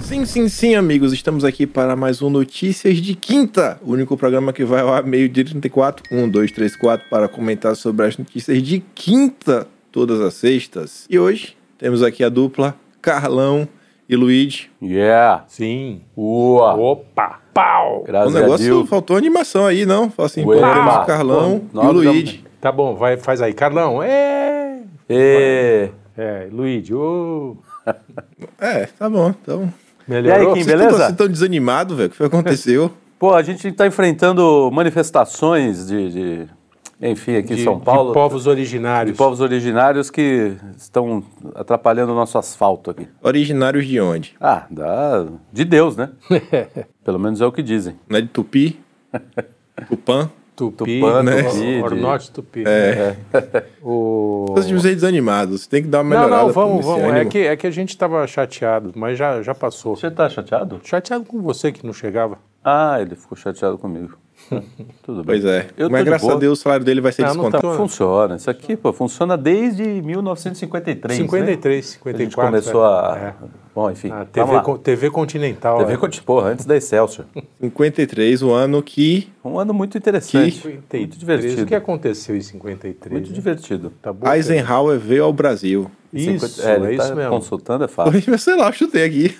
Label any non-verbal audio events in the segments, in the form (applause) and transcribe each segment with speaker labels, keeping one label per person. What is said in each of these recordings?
Speaker 1: Sim, sim, sim, amigos. Estamos aqui para mais um Notícias de Quinta. O único programa que vai ao ar meio-dia e um, 34, 1, 2, 3, 4, para comentar sobre as notícias de quinta, todas as sextas. E hoje temos aqui a dupla Carlão e Luigi.
Speaker 2: Yeah!
Speaker 3: Sim. um
Speaker 2: Ua!
Speaker 3: Opa! Pau!
Speaker 1: O
Speaker 2: Graças a
Speaker 1: negócio
Speaker 2: Deus.
Speaker 1: faltou animação aí, não? Fala assim, pô,
Speaker 2: Ué,
Speaker 1: temos o
Speaker 2: pá.
Speaker 1: Carlão
Speaker 2: Pô,
Speaker 1: e o
Speaker 2: nós damos-
Speaker 1: Luigi.
Speaker 3: Tá bom, vai, faz aí. Carlão, é...
Speaker 2: Ê,
Speaker 3: É, Luigi, ô...
Speaker 1: É, tá bom, então.
Speaker 3: Melhorou?
Speaker 2: E aí, é Kim?
Speaker 1: Vocês
Speaker 2: beleza?
Speaker 1: estão assim tão desanimados, velho. O que
Speaker 2: (laughs)
Speaker 1: foi que aconteceu?
Speaker 2: Pô, a gente está enfrentando manifestações de, de- Enfim, aqui em São Paulo.
Speaker 3: De povos originários.
Speaker 2: de povos originários que estão atrapalhando o nosso asfalto aqui.
Speaker 1: Originários de onde?
Speaker 2: Ah, dá. De Deus,
Speaker 3: (laughs)
Speaker 2: né? Pelo menos é o que dizem.
Speaker 1: Não é de
Speaker 2: (laughs)
Speaker 1: Tupi? Tupã?
Speaker 3: Tupi,
Speaker 2: Tupã,
Speaker 1: né?
Speaker 3: Tupi,
Speaker 2: De-
Speaker 3: Ornote Tupi. É. O...
Speaker 1: Vocês devem ser desanimados. Tem que dar uma
Speaker 3: Não,
Speaker 1: melhorada.
Speaker 3: não, vamos,
Speaker 1: nesse
Speaker 3: vamos. É
Speaker 1: ânimo.
Speaker 3: que, é que a gente tava chateado, mas já, já passou.
Speaker 2: Você tá chateado?
Speaker 3: Chateado com você que não chegava.
Speaker 2: Ah, ele ficou chateado
Speaker 3: (laughs)
Speaker 2: comigo. Tudo bem.
Speaker 1: Pois é.
Speaker 2: Eu tô
Speaker 1: Mas
Speaker 2: de
Speaker 1: graças
Speaker 2: boa.
Speaker 1: a Deus o salário dele vai ser
Speaker 3: Não, não tá
Speaker 1: descontado.
Speaker 3: Funciona.
Speaker 2: Funciona. Isso aqui, pô, funciona desde 1953. né?
Speaker 3: 53,
Speaker 2: A gente
Speaker 3: 54.
Speaker 2: começou a.
Speaker 3: é.
Speaker 2: Bom, enfim.
Speaker 3: A
Speaker 2: vamos
Speaker 3: TV,
Speaker 2: lá.
Speaker 3: con- TV Continental.
Speaker 2: TV
Speaker 3: é.
Speaker 2: Conti- porra, antes da Excelsior.
Speaker 3: tá.
Speaker 1: 53, o ano que.
Speaker 2: Um ano muito interessante.
Speaker 3: 53.
Speaker 2: Muito
Speaker 3: O que
Speaker 2: divertido.
Speaker 3: aconteceu em 53?
Speaker 2: Muito divertido.
Speaker 3: Tá bom,
Speaker 1: Eisenhower veio ao Brasil.
Speaker 3: Isso,
Speaker 2: 50 é, ele
Speaker 3: é
Speaker 2: tá
Speaker 3: isso mesmo.
Speaker 2: Consultando é fácil.
Speaker 1: Mas, Sei lá, (laughs) eu chutei
Speaker 3: (laughs)
Speaker 1: aqui.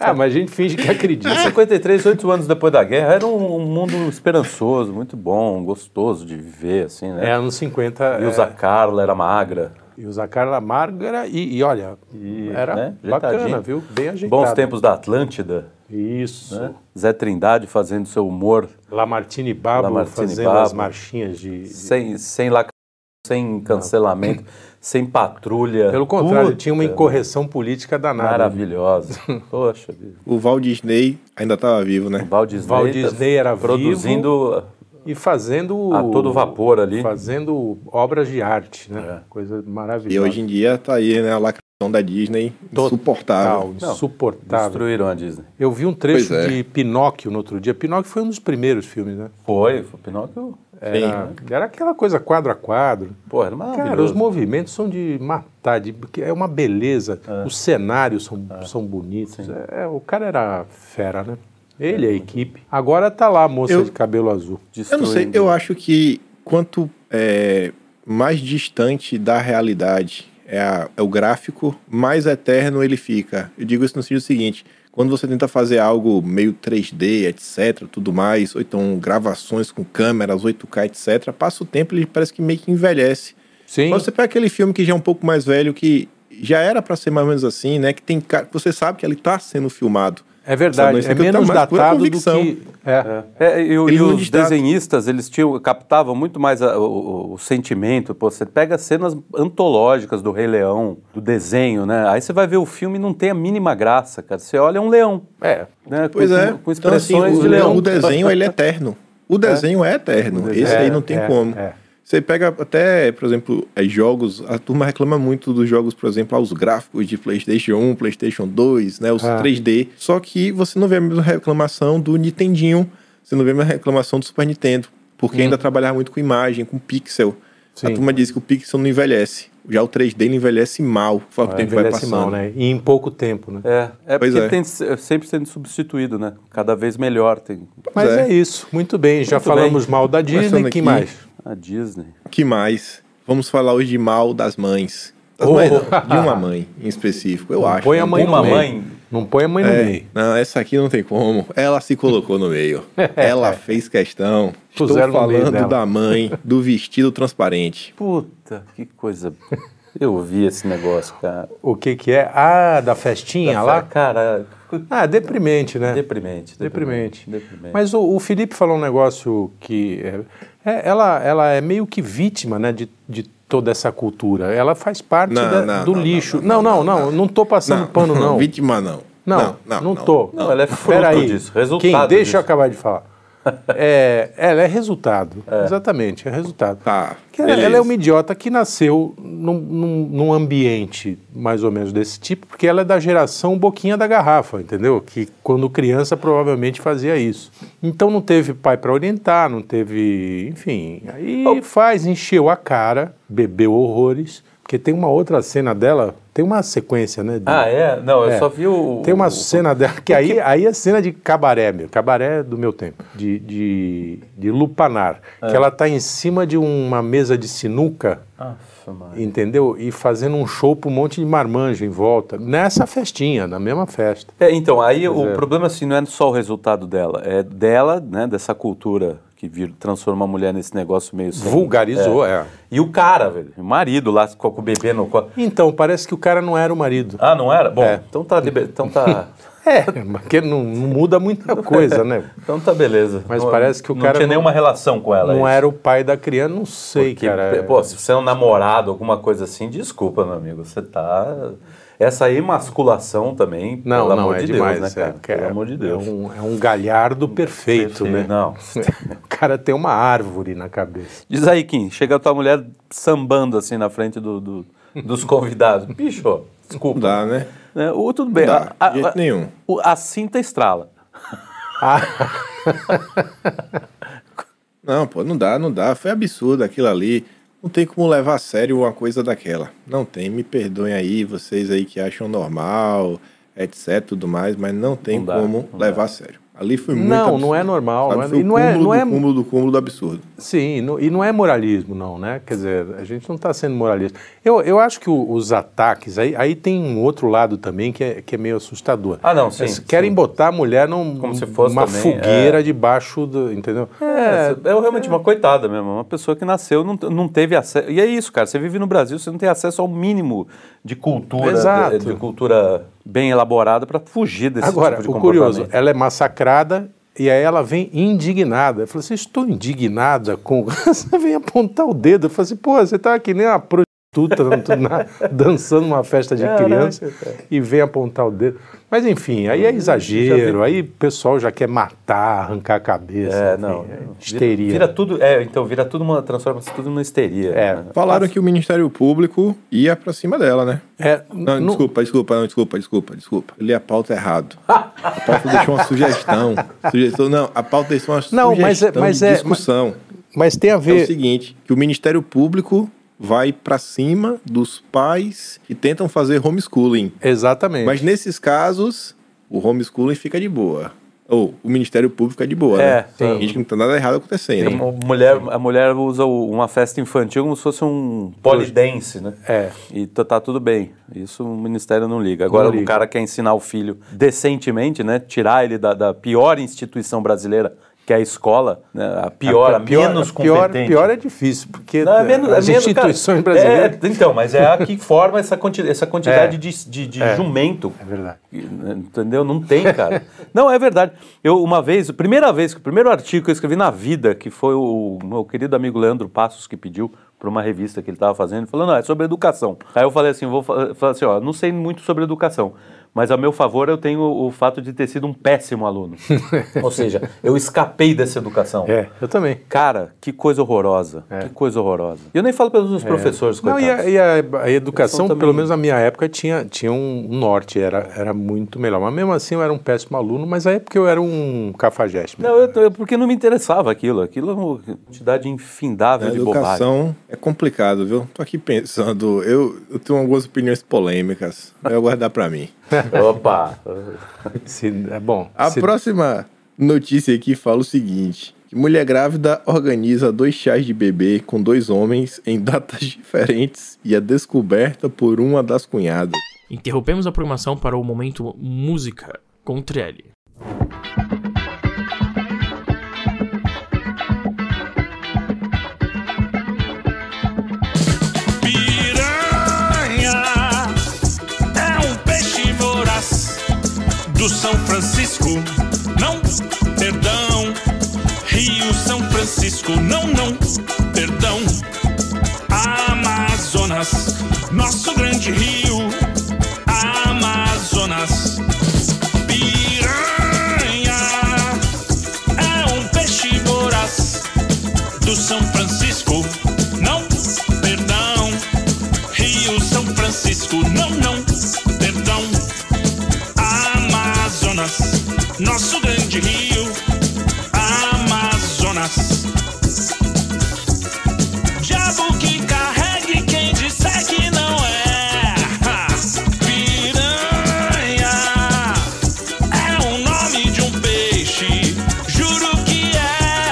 Speaker 3: Ah, mas a gente finge que acredita.
Speaker 2: Em 53, oito anos depois da guerra, era um, um mundo esperançoso, muito bom, gostoso de viver, assim,
Speaker 3: É,
Speaker 2: né?
Speaker 3: anos 50.
Speaker 2: E usa Carla era magra.
Speaker 3: é, e usa Carla Márgara e, e olha, era
Speaker 2: né,
Speaker 3: bacana,
Speaker 2: ajeitadinho.
Speaker 3: viu? Bem ajeitado.
Speaker 2: Bons tempos da Atlântida.
Speaker 3: Isso.
Speaker 2: né? Zé Trindade fazendo seu humor
Speaker 3: Lamartine Babo
Speaker 2: Lamartine
Speaker 3: fazendo
Speaker 2: Babo.
Speaker 3: as marchinhas de... de-
Speaker 2: sem, sem lac... sem cancelamento, sem patrulha.
Speaker 3: Pelo contrário,
Speaker 2: é Puta, né?
Speaker 3: tinha uma incorreção política danada. (laughs)
Speaker 2: Maravilhosa. Poxa vida.
Speaker 1: O Walt Disney ainda estava vivo, né?
Speaker 2: Walt Disney,
Speaker 3: Walt
Speaker 2: tá
Speaker 3: Disney era vivo.
Speaker 2: produzindo
Speaker 3: E fazendo...
Speaker 2: a todo vapor ali. É.
Speaker 3: Fazendo obras de arte, né? Coisa maravilhosa.
Speaker 1: E hoje em dia tá aí, né? A lacração da Disney insuportável.
Speaker 3: Total,
Speaker 2: Não,
Speaker 3: insuportável.
Speaker 2: Destruíram a Disney.
Speaker 3: Eu vi um trecho
Speaker 1: Pois é.
Speaker 3: de Pinóquio no outro dia. Pinóquio foi um dos primeiros filmes, né?
Speaker 2: Foi, foi Pinóquio. é,
Speaker 3: Era, era aquela coisa quadro a quadro.
Speaker 2: Porra, era
Speaker 3: Cara, os
Speaker 2: maravilhoso.
Speaker 3: movimentos são de matar, de, porque é uma beleza. Os cenários são, são bonitos. É, o cara era fera, né? Ele, a equipe. Agora tá lá a moça
Speaker 1: Eu-
Speaker 3: de cabelo azul.
Speaker 1: Eu não sei, eu acho que quanto é, mais distante da realidade é, a- é o gráfico, mais eterno ele fica. Eu digo isso no sentido seguinte: quando você tenta fazer algo meio 3D, etc., tudo mais, ou então gravações com câmeras 8K, etc., passa o tempo ele parece que meio que envelhece.
Speaker 3: Sim.
Speaker 1: Quando você pega aquele filme que já é um pouco mais velho, que já era pra ser mais ou menos assim, né? Que tem cara. Você sabe que ele tá sendo filmado.
Speaker 3: É
Speaker 1: Só não,
Speaker 3: verdade.
Speaker 1: isso
Speaker 3: É
Speaker 1: aqui eu tenho
Speaker 3: menos
Speaker 1: tá mais pura
Speaker 3: datado do
Speaker 1: convicção.
Speaker 3: que. É.
Speaker 2: É, e o-
Speaker 1: Ele
Speaker 2: e
Speaker 1: não
Speaker 2: os
Speaker 1: distrata.
Speaker 2: desenhistas, eles tinham, captavam muito mais a- o, o- o sentimento. Pô, você pega cenas antológicas do Rei Leão, do desenho, né? Aí você vai ver o filme e não tem a mínima graça, cara. Você olha um leão,
Speaker 3: É.
Speaker 2: né?
Speaker 1: Pois
Speaker 2: com,
Speaker 1: é.
Speaker 2: com expressões
Speaker 1: então, assim, o,
Speaker 2: de leão.
Speaker 1: o desenho ele é eterno. O desenho é, eterno.
Speaker 2: desenho
Speaker 1: Esse
Speaker 3: é,
Speaker 1: aí não tem
Speaker 3: é,
Speaker 1: como.
Speaker 3: é.
Speaker 1: Você pega até, por exemplo, é, jogos. A turma reclama muito dos jogos, por exemplo, ah, os gráficos de PlayStation 1, PlayStation 2, né? Os
Speaker 3: Ah.
Speaker 1: 3D. Só que você não vê a mesma reclamação do Nintendinho. Você não vê a mesma reclamação do Super Nintendo. Porque ainda trabalhava muito com imagem, com pixel. A
Speaker 3: Sim.
Speaker 1: turma diz que o pixel não envelhece. Já o 3D ele envelhece mal. Foi o tempo que vai
Speaker 3: Ah, Envelhece
Speaker 1: passando.
Speaker 3: mal, né? E em pouco tempo, né?
Speaker 2: (laughs) É, é
Speaker 1: Pois
Speaker 2: porque
Speaker 1: é.
Speaker 2: tem se- sempre sendo substituído, né? Cada vez melhor tem
Speaker 3: Mas
Speaker 1: é.
Speaker 3: é. isso. Muito bem. Já
Speaker 2: Muito
Speaker 3: falamos mal da
Speaker 1: Começando
Speaker 3: Disney.
Speaker 1: aqui.
Speaker 3: que mais?
Speaker 2: a Disney.
Speaker 1: que mais? Vamos falar hoje de mal das mães. Das
Speaker 3: Oh.
Speaker 1: mães não, de uma mãe em específico, eu acho.
Speaker 3: Põe a
Speaker 1: Não
Speaker 3: mãe
Speaker 1: tem
Speaker 3: no
Speaker 2: Uma
Speaker 3: meio.
Speaker 2: mãe.
Speaker 3: Não põe a mãe no meio.
Speaker 1: como. Não, essa aqui não tem como. Ela se colocou no
Speaker 3: (laughs)
Speaker 1: meio. Ela fez questão. Estou
Speaker 3: Puseram no meio
Speaker 1: falando
Speaker 3: dela.
Speaker 1: da mãe, do vestido transparente.
Speaker 2: Puta, que coisa. (laughs) Eu vi esse negócio, cara.
Speaker 3: O que que é? Ah, da festinha lá?
Speaker 2: Cara, que-
Speaker 3: Ah, deprimente, né?
Speaker 2: deprimente.
Speaker 3: Deprimente.
Speaker 2: Deprimente.
Speaker 3: Mas o, o Felipe falou um negócio que. é- é- ela, ela é meio que vítima né, de, de toda essa cultura. Ela faz parte
Speaker 1: Não,
Speaker 3: da-
Speaker 1: não,
Speaker 3: do
Speaker 1: não,
Speaker 3: lixo.
Speaker 1: não,
Speaker 3: Não,
Speaker 1: não,
Speaker 3: não, não. Não estou passando pano,
Speaker 1: (laughs)
Speaker 3: não.
Speaker 1: Vítima não.
Speaker 3: Não, não, tô.
Speaker 2: Não, ela é fruto
Speaker 3: Peraí,
Speaker 2: disso, resultado
Speaker 3: Quem deixa
Speaker 2: disso.
Speaker 3: eu acabar de falar. É, ela é resultado. Exatamente, é resultado.
Speaker 1: Tá,
Speaker 3: Que ela,
Speaker 1: beleza.
Speaker 3: ela é uma idiota que nasceu num, num- num ambiente mais ou menos desse tipo, porque ela é da geração boquinha da garrafa, entendeu? Que quando criança provavelmente fazia isso. Então não teve pai para orientar, não teve. Enfim. Aí faz, encheu a cara, bebeu horrores. porque Porque tem uma outra cena dela, tem uma sequência, né? de-
Speaker 2: Ah, é? Não, eu
Speaker 3: É.
Speaker 2: só vi o.
Speaker 3: Tem uma
Speaker 2: o-
Speaker 3: cena dela, que aí, aí é cena de cabaré, meu. Cabaré do meu tempo. De, de, de lupanar.
Speaker 2: É.
Speaker 3: Que ela tá em cima de uma mesa de sinuca,
Speaker 2: Aff, mano.
Speaker 3: entendeu? E fazendo um show pra um monte de marmanjo em volta. Nessa festinha, na mesma festa.
Speaker 2: É, então, aí o
Speaker 3: é.
Speaker 2: problema assim não é só o resultado dela, é dela, né, dessa cultura que vir, transforma a mulher nesse negócio meio sem-
Speaker 3: Vulgarizou, é.
Speaker 2: E o cara, velho, o marido lá com com o bebê no co-
Speaker 3: Então, parece que o cara não era o marido.
Speaker 2: Ah, não era? Bom,
Speaker 3: É.
Speaker 2: então tá liber- então tá
Speaker 3: É, (laughs) porque não, não muda muita coisa, né?
Speaker 2: então tá beleza.
Speaker 3: Mas
Speaker 2: Não-
Speaker 3: parece que o
Speaker 2: não
Speaker 3: cara
Speaker 2: tinha
Speaker 3: não-
Speaker 2: nenhuma relação com ela. é
Speaker 3: Não
Speaker 2: isso.
Speaker 3: era o pai da criança, não sei,
Speaker 2: Porque,
Speaker 3: cara. é-
Speaker 2: pô, se você é um namorado, alguma coisa assim, desculpa, meu amigo, você tá essa emasculação também,
Speaker 3: Não,
Speaker 2: pelo
Speaker 3: não,
Speaker 2: amor
Speaker 3: é
Speaker 2: de
Speaker 3: demais,
Speaker 2: Deus,
Speaker 3: é,
Speaker 2: né, cara?
Speaker 3: cara,
Speaker 2: Pelo amor de Deus.
Speaker 3: É um, é um galhardo perfeito, né?
Speaker 2: Não. (laughs)
Speaker 3: O cara tem uma árvore na cabeça.
Speaker 2: Diz aí, Kim, chega a tua mulher sambando assim na frente do, do- dos convidados. Bicho,
Speaker 1: Não
Speaker 2: desculpa.
Speaker 1: dá, né?
Speaker 2: Né? O, tudo bem.
Speaker 1: Não
Speaker 2: a,
Speaker 1: dá, de jeito nenhum.
Speaker 2: o- a cinta estrala.
Speaker 1: Não, pô, não dá, não dá. Foi absurdo aquilo ali. Não tem como levar a sério uma coisa daquela. Não tem, me perdoem aí, vocês aí que acham normal, etc, tudo mais, mas não tem
Speaker 2: Não dá,
Speaker 1: como
Speaker 2: não
Speaker 1: levar a sério. Ali foi muito
Speaker 3: não,
Speaker 1: absurdo,
Speaker 3: não é normal.
Speaker 1: sabe?
Speaker 3: não é-
Speaker 1: Foi
Speaker 3: e
Speaker 1: o
Speaker 3: não é,
Speaker 1: cúmulo
Speaker 3: não
Speaker 1: do cúmulo
Speaker 3: é,
Speaker 1: do cúmulo do absurdo.
Speaker 3: sim, não- e não é moralismo, não, né? Quer dizer, a gente não está sendo moralista. Eu, eu acho que o- os ataques, aí, aí tem um outro lado também que é, que é meio assustador.
Speaker 2: Ah, não, sim,
Speaker 3: Eles querem
Speaker 2: sim.
Speaker 3: botar a mulher num,
Speaker 2: Como se fosse
Speaker 3: uma
Speaker 2: também,
Speaker 3: fogueira debaixo do. Entendeu?
Speaker 2: É, é realmente uma coitada mesmo. Uma pessoa que nasceu não, não teve acesso. E é isso, cara. Você vive no Brasil, você não tem acesso ao mínimo de cultura,
Speaker 3: Exato.
Speaker 2: De, de cultura bem elaborada para fugir desse
Speaker 3: Agora,
Speaker 2: tipo de
Speaker 3: o curioso,
Speaker 2: comportamento.
Speaker 3: ela é massacrada e aí ela vem indignada. Eu falei assim, estou indignada com... (laughs) você vem apontar o dedo. Eu falei assim, pô, você tá que nem uma prostituta dando- na- (laughs) dançando uma festa de
Speaker 2: Caraca,
Speaker 3: criança
Speaker 2: cara. Hum,
Speaker 3: e vem apontar o dedo. Mas enfim, aí é exagero, aí o pessoal já quer matar, arrancar a cabeça.
Speaker 2: É,
Speaker 3: enfim,
Speaker 2: não.
Speaker 3: é
Speaker 2: não.
Speaker 3: histeria.
Speaker 2: Vira, vira tudo. É, então vira tudo uma. Transforma-se tudo numa histeria.
Speaker 3: É.
Speaker 2: né?
Speaker 1: Falaram que o Ministério Público ia pra cima dela, né?
Speaker 3: É,
Speaker 1: Não,
Speaker 3: não-
Speaker 1: desculpa, desculpa, não, desculpa, desculpa, desculpa. Eu li a pauta errado. A pauta deixou uma
Speaker 3: (laughs)
Speaker 1: sugestão. Sugestão, não, a pauta deixou uma
Speaker 3: Não, mas é-
Speaker 1: sugestão
Speaker 3: mas
Speaker 1: de
Speaker 3: é-
Speaker 1: discussão.
Speaker 3: Mas tem a
Speaker 1: é o
Speaker 3: ver...
Speaker 1: seguinte, que o Ministério Público vai pra cima dos pais que tentam fazer homeschooling.
Speaker 3: Exatamente.
Speaker 1: Mas nesses casos, o homeschooling fica de boa. Ou o Ministério Público fica de boa,
Speaker 2: É,
Speaker 1: né? Tem gente que não tá nada errado acontecendo.
Speaker 2: Tem um uma mulher, a mulher usa o- uma festa infantil como se fosse um polidense, né?
Speaker 3: É.
Speaker 2: E tá, tá tudo bem. Isso o ministério não liga. Agora,
Speaker 3: liga.
Speaker 2: o cara quer ensinar o filho decentemente, né? Tirar ele da, da pior instituição brasileira, que é a escola, né? A pior, a, menos
Speaker 3: pior,
Speaker 2: competente.
Speaker 3: pior é difícil, porque
Speaker 2: Não, é menos, é
Speaker 3: as
Speaker 2: menos,
Speaker 3: instituições
Speaker 2: cara,
Speaker 3: brasileiras...
Speaker 2: é, então, mas é a que forma essa quanti- essa quantidade,
Speaker 3: É.
Speaker 2: de, de, de
Speaker 3: É.
Speaker 2: jumento
Speaker 3: é verdade.
Speaker 2: Entendeu? Não tem, (laughs) cara. não, é verdade. Eu, uma vez, a primeira vez, que- o primeiro artigo que eu escrevi na vida, que foi o meu querido amigo Leandro Passos que pediu para uma revista que ele estava fazendo, ele falou, não, é sobre educação. Aí eu falei assim, vou fa- falar assim, ó, não sei muito sobre educação, mas a meu favor eu tenho o fato de ter sido um péssimo aluno. (laughs) Ou seja, eu escapei dessa educação. É.
Speaker 3: É, eu também.
Speaker 2: Cara, que coisa horrorosa. Que coisa horrorosa. E eu nem falo pelos meus professores,
Speaker 3: Não,
Speaker 2: coitados.
Speaker 3: e a, e a- a educação,
Speaker 2: Educação também-
Speaker 3: pelo menos na minha época, tinha, tinha um norte, era, era muito melhor. Mas mesmo assim eu era um péssimo aluno, mas aí é porque eu era um cafajeste. mesmo.
Speaker 2: Não, eu, eu- porque não me interessava aquilo. Aquilo é uma quantidade infindável
Speaker 1: A
Speaker 2: de bobagem.
Speaker 1: educação é complicado, viu? Tô aqui pensando, eu, eu tenho algumas opiniões polêmicas, mas eu vou guardar pra mim.
Speaker 3: (laughs)
Speaker 2: Opa!
Speaker 3: Se- é bom.
Speaker 1: A
Speaker 3: se-
Speaker 1: próxima notícia aqui fala o seguinte: que mulher grávida organiza dois chás de bebê com dois homens em datas (laughs) diferentes e é descoberta por uma das cunhadas.
Speaker 4: Interrompemos a programação para o momento música com Trelli.
Speaker 5: Piranha é um peixe voraz do São Francisco. Não, perdão. Rio São Francisco, não, não, perdão. Amazonas, nosso grande rio. Amazonas. Piranha é um peixe voraz do São Francisco. Não, perdão. Rio São Francisco, não, não, perdão. Amazonas, nosso grande rio. Amazonas. Diabo que carregue quem disser que não é. é um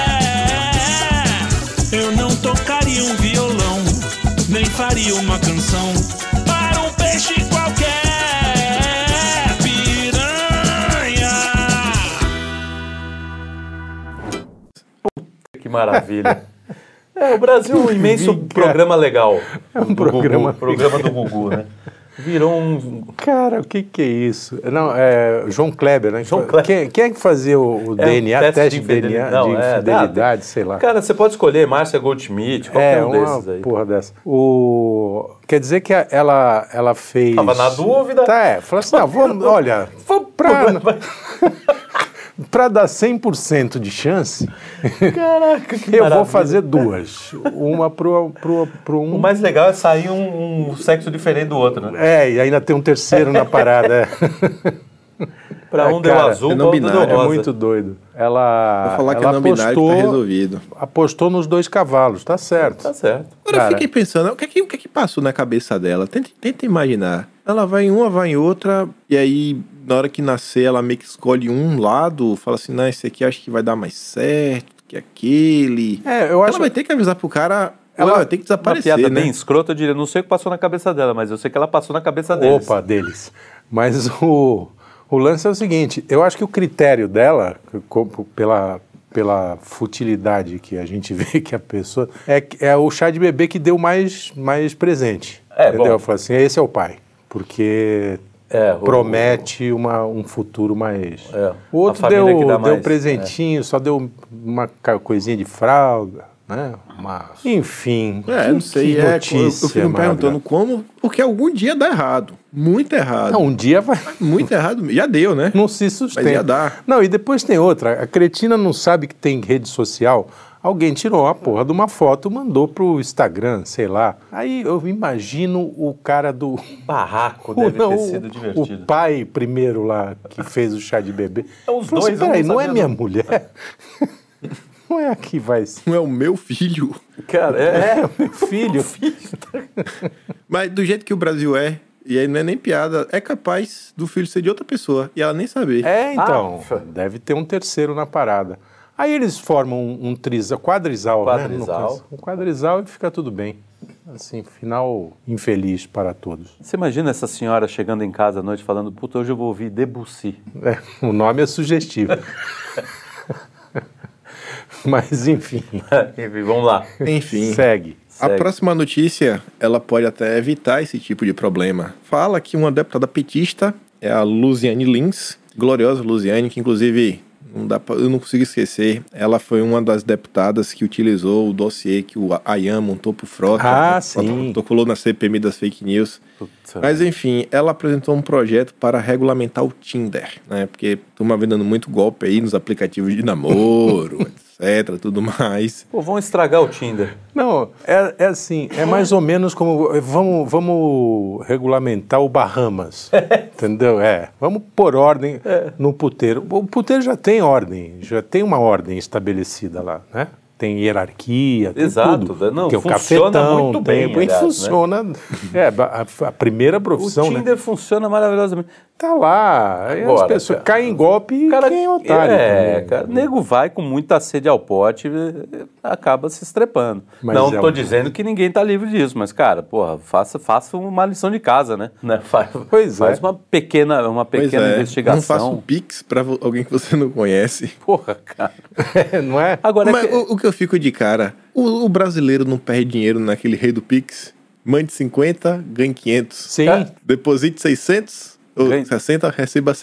Speaker 5: é. Eu não tocaria um violão, nem faria uma canção para um peixe qualquer. Piranha.
Speaker 2: Que maravilha. É, o Brasil é um imenso
Speaker 3: Vim, cara.
Speaker 2: programa legal. É
Speaker 3: um programa
Speaker 2: Gugu, programa do Gugu, né? Virou um.
Speaker 3: Cara, o que que é isso? Não, é João Kleber, né?
Speaker 2: João Kleber.
Speaker 3: Quem, quem é que fazia o, o
Speaker 2: é um
Speaker 3: DNA, teste, de DNA,
Speaker 2: Não,
Speaker 3: de
Speaker 2: é,
Speaker 3: infidelidade,
Speaker 2: dá-
Speaker 3: sei lá.
Speaker 2: Cara, você pode escolher Márcia Goldschmidt, qualquer
Speaker 3: é,
Speaker 2: um
Speaker 3: uma
Speaker 2: desses aí.
Speaker 3: porra dessa. O... Quer dizer que a- ela, ela fez...
Speaker 2: Tava na dúvida.
Speaker 3: Tá, é. Falou assim, ah, vamos, olha,
Speaker 2: Vamos
Speaker 3: pra,
Speaker 2: pro-
Speaker 3: pra dar 100% de chance,
Speaker 2: (laughs) Caraca, que
Speaker 3: eu
Speaker 2: maravilha.
Speaker 3: vou fazer duas. Uma pro, pro, pro
Speaker 2: (laughs)
Speaker 3: um...
Speaker 2: O mais legal é sair um, um sexo diferente do outro, né?
Speaker 3: É, e ainda tem um terceiro
Speaker 2: (laughs)
Speaker 3: na parada. é.
Speaker 2: Pra um deu
Speaker 3: Cara,
Speaker 2: azul,
Speaker 1: é
Speaker 2: pra
Speaker 1: não
Speaker 2: outro deu
Speaker 1: binário,
Speaker 2: rosa.
Speaker 3: É muito doido. Ela,
Speaker 1: Vou falar que é
Speaker 3: Ah, ela
Speaker 1: não binário que tá
Speaker 3: apostou,
Speaker 1: resolvido.
Speaker 3: apostou nos dois cavalos, tá certo.
Speaker 2: Tá certo.
Speaker 1: Agora
Speaker 3: Cara.
Speaker 1: eu fiquei pensando, o que, é que, o que é que passou na cabeça dela? Tenta, tenta imaginar. Ela vai em uma, vai em outra, e aí, na hora que nascer, ela meio que escolhe um lado, fala assim, não, esse aqui acho que vai dar mais certo que aquele.
Speaker 3: É, eu
Speaker 1: ela
Speaker 3: acho-
Speaker 1: vai ter que avisar pro cara, ou
Speaker 3: Ela-
Speaker 1: ela vai ter que
Speaker 2: uma
Speaker 1: desaparecer,
Speaker 2: piada
Speaker 1: né?
Speaker 2: bem escrota, eu diria. Não sei o que passou na cabeça dela, mas eu sei que ela passou na cabeça deles.
Speaker 3: Opa, deles. Mas o, o lance é o seguinte: eu acho que o critério dela, co- pela, pela futilidade que a gente (laughs) vê que a pessoa. É, que- é o chá de bebê que deu mais, mais presente.
Speaker 2: É,
Speaker 3: entendeu?
Speaker 2: bom.
Speaker 3: Eu falo assim: esse é o pai. Porque.
Speaker 2: É, o-
Speaker 3: promete uma, um futuro mais.
Speaker 2: É, a
Speaker 3: O outro
Speaker 2: família
Speaker 3: deu,
Speaker 2: que dá
Speaker 3: deu
Speaker 2: mais, é.
Speaker 3: presentinho, só deu uma ca- coisinha de fralda, né? Uma- Enfim.
Speaker 1: É,
Speaker 3: que-
Speaker 1: não sei,
Speaker 3: que
Speaker 1: é,
Speaker 3: notícia,
Speaker 1: eu, eu fico me
Speaker 3: Magda.
Speaker 1: perguntando como, porque algum dia dá errado. Muito errado.
Speaker 3: Não, um dia vai.
Speaker 1: Muito errado, mesmo. já deu, né?
Speaker 3: Não se sustenta.
Speaker 1: Mas ia dar.
Speaker 3: Não, e depois tem outra. A cretina não sabe que tem rede social. Alguém tirou a porra de uma foto, mandou pro Instagram, sei lá. Aí eu imagino o cara do.
Speaker 2: Barraco deve
Speaker 3: não,
Speaker 2: ter
Speaker 3: (laughs) o-
Speaker 2: sido
Speaker 3: O
Speaker 2: divertido.
Speaker 3: pai primeiro lá que fez o chá de bebê.
Speaker 2: É, os
Speaker 3: Falou
Speaker 2: dois, eu não
Speaker 3: Peraí, não, é
Speaker 2: sabia,
Speaker 3: minha
Speaker 2: não."
Speaker 3: mulher? (laughs) não é aqui vai ser
Speaker 1: Não é o meu filho.
Speaker 2: Cara, é. (laughs) é.
Speaker 3: meu filho?
Speaker 1: Mas do jeito que o Brasil é, e aí não é nem piada, é capaz do filho ser de outra pessoa e ela nem saber.
Speaker 3: É, então.
Speaker 2: Ah.
Speaker 3: deve ter um terceiro na parada. Aí eles formam um, um trisa, quadrisal,
Speaker 2: Quadrisal.
Speaker 3: né? no caso. Um quadrisal e fica tudo bem. Assim, final infeliz para todos.
Speaker 2: Você imagina essa senhora chegando em casa à noite falando, puta, hoje eu vou ouvir Debussy. (laughs)
Speaker 3: É, o nome é sugestivo. (laughs) Mas, enfim,
Speaker 2: Enfim, Vamos lá.
Speaker 1: Enfim.
Speaker 3: segue.
Speaker 1: A
Speaker 2: Segue.
Speaker 1: próxima notícia, ela pode até evitar esse tipo de problema. Fala que uma deputada petista é a Luziane Lins, gloriosa Luziane, que inclusive não dá pra, eu não consigo esquecer, ela foi uma das deputadas que utilizou o dossiê que o Ayam montou pro Frota,
Speaker 3: Ah,
Speaker 1: o Frota
Speaker 3: sim.
Speaker 1: protocolou na CPMI das fake news.
Speaker 2: Puta.
Speaker 1: Mas enfim, ela apresentou um projeto para regulamentar o Tinder, né? Porque estamos vendendo muito golpe aí nos aplicativos de namoro, (laughs) etc, tudo mais.
Speaker 2: Pô, vão estragar o Tinder.
Speaker 3: Não, é, é assim, é mais ou menos como eh, vamos, vamos regulamentar
Speaker 2: (laughs)
Speaker 3: o Bahamas, entendeu? É, vamos pôr ordem
Speaker 2: É.
Speaker 3: no puteiro. O puteiro já tem ordem, já tem uma ordem estabelecida lá, né? Tem hierarquia, tem
Speaker 2: Exato,
Speaker 3: tudo.
Speaker 2: não,
Speaker 3: tem o
Speaker 2: funciona
Speaker 3: cafetão,
Speaker 2: muito
Speaker 3: tem,
Speaker 2: bem, aliás, né?
Speaker 3: funciona. É, ba- a, a primeira
Speaker 2: O
Speaker 3: profissão, né?
Speaker 2: Tinder funciona maravilhosamente.
Speaker 3: Tá lá, aí as
Speaker 2: Agora,
Speaker 3: pessoas
Speaker 2: cara,
Speaker 3: caem em golpe e
Speaker 2: Cara,
Speaker 3: quem é otário.
Speaker 2: é,
Speaker 3: também.
Speaker 2: cara, nego vai com muita sede ao pote e acaba se estrepando.
Speaker 3: Mas
Speaker 2: não
Speaker 3: é
Speaker 2: tô
Speaker 3: um-
Speaker 2: dizendo que ninguém tá livre disso, mas, cara, porra, faça, faça uma lição de casa, né? Né? Faz,
Speaker 3: Pois
Speaker 2: faz
Speaker 3: é.
Speaker 2: uma pequena, uma pequena investigação.
Speaker 1: é. Não faça o pix para alguém que você não conhece.
Speaker 2: Porra, cara.
Speaker 3: (laughs)
Speaker 2: (laughs)
Speaker 3: Não é?
Speaker 2: Agora, é
Speaker 1: Mas
Speaker 2: que-
Speaker 1: o, o que eu fico de cara, o, o brasileiro não perde dinheiro naquele rei do pix? Mande 50, ganhe 500.
Speaker 3: Sim.
Speaker 2: Cara,
Speaker 1: Deposite 600, ou
Speaker 2: Ganhe.
Speaker 1: 60, receba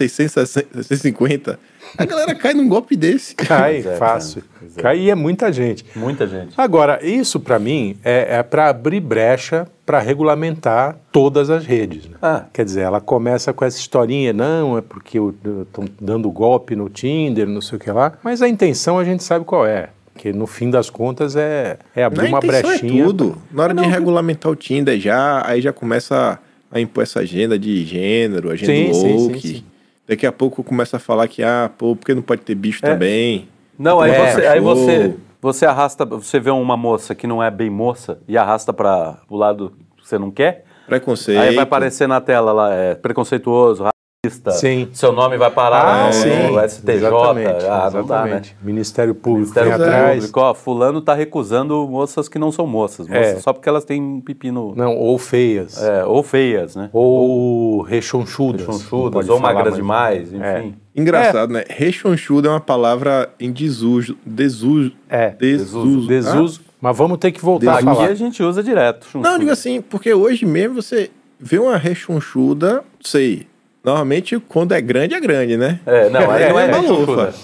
Speaker 1: 650. A galera cai num golpe desse.
Speaker 3: Cai,
Speaker 2: Pois é,
Speaker 3: fácil.
Speaker 2: cara, pois é.
Speaker 3: Cai e é muita gente.
Speaker 2: Muita gente.
Speaker 3: Agora, isso para mim é, é para abrir brecha para regulamentar todas as redes. né?
Speaker 2: Ah.
Speaker 3: Quer dizer, ela começa com essa historinha, não, é porque estão dando golpe no Tinder, não sei o que lá. Mas a intenção a gente sabe qual é. Porque no fim das contas é, é
Speaker 1: Na
Speaker 3: abrir uma
Speaker 1: intenção
Speaker 3: brechinha. Ah,
Speaker 1: É tudo. Na hora de regulamentar o Tinder já, aí já começa a impor essa agenda de gênero, agenda
Speaker 3: Sim, sim,
Speaker 1: woke.
Speaker 3: sim, sim.
Speaker 1: Daqui a pouco começa a falar que, ah, pô, porque não pode ter bicho
Speaker 3: É.
Speaker 1: também?
Speaker 2: Não, aí,
Speaker 1: É,
Speaker 2: você, aí
Speaker 1: cachorro.
Speaker 2: você, você arrasta, você vê uma moça que não é bem moça e arrasta para o lado que você não quer,
Speaker 1: Preconceito.
Speaker 2: aí vai aparecer na tela lá, é preconceituoso, artista,
Speaker 3: Sim.
Speaker 2: seu nome vai parar
Speaker 3: Ah,
Speaker 2: no
Speaker 1: sim.
Speaker 2: STJ.
Speaker 3: Exatamente,
Speaker 2: ah, não dá, né?
Speaker 3: exatamente. Ministério Público
Speaker 2: Ministério
Speaker 3: vem atrás.
Speaker 2: Público, ó, fulano tá recusando moças que não são moças, moças só porque elas têm um pepino
Speaker 3: É. Não, ou feias.
Speaker 2: é, ou feias, né?
Speaker 3: Ou rechonchudas. Não
Speaker 2: Chonchudas,
Speaker 3: pode
Speaker 2: ou
Speaker 3: falar
Speaker 2: magras
Speaker 3: mais. É.
Speaker 2: demais, enfim.
Speaker 1: Engraçado, né? Rechonchudo é uma palavra em desuso. Desuso.
Speaker 3: É,
Speaker 1: Desuso.
Speaker 3: Desuso. Mas vamos ter que voltar
Speaker 2: Aqui
Speaker 3: a falar.
Speaker 2: a gente usa direto.
Speaker 1: Ah?
Speaker 2: chonchuda.
Speaker 1: Não, eu digo assim, porque hoje mesmo você vê uma rechonchuda, sei. Normalmente quando é grande, é grande, né?
Speaker 2: É, não, aí
Speaker 1: É,
Speaker 2: não é
Speaker 1: é malufa.
Speaker 2: rechonchuda.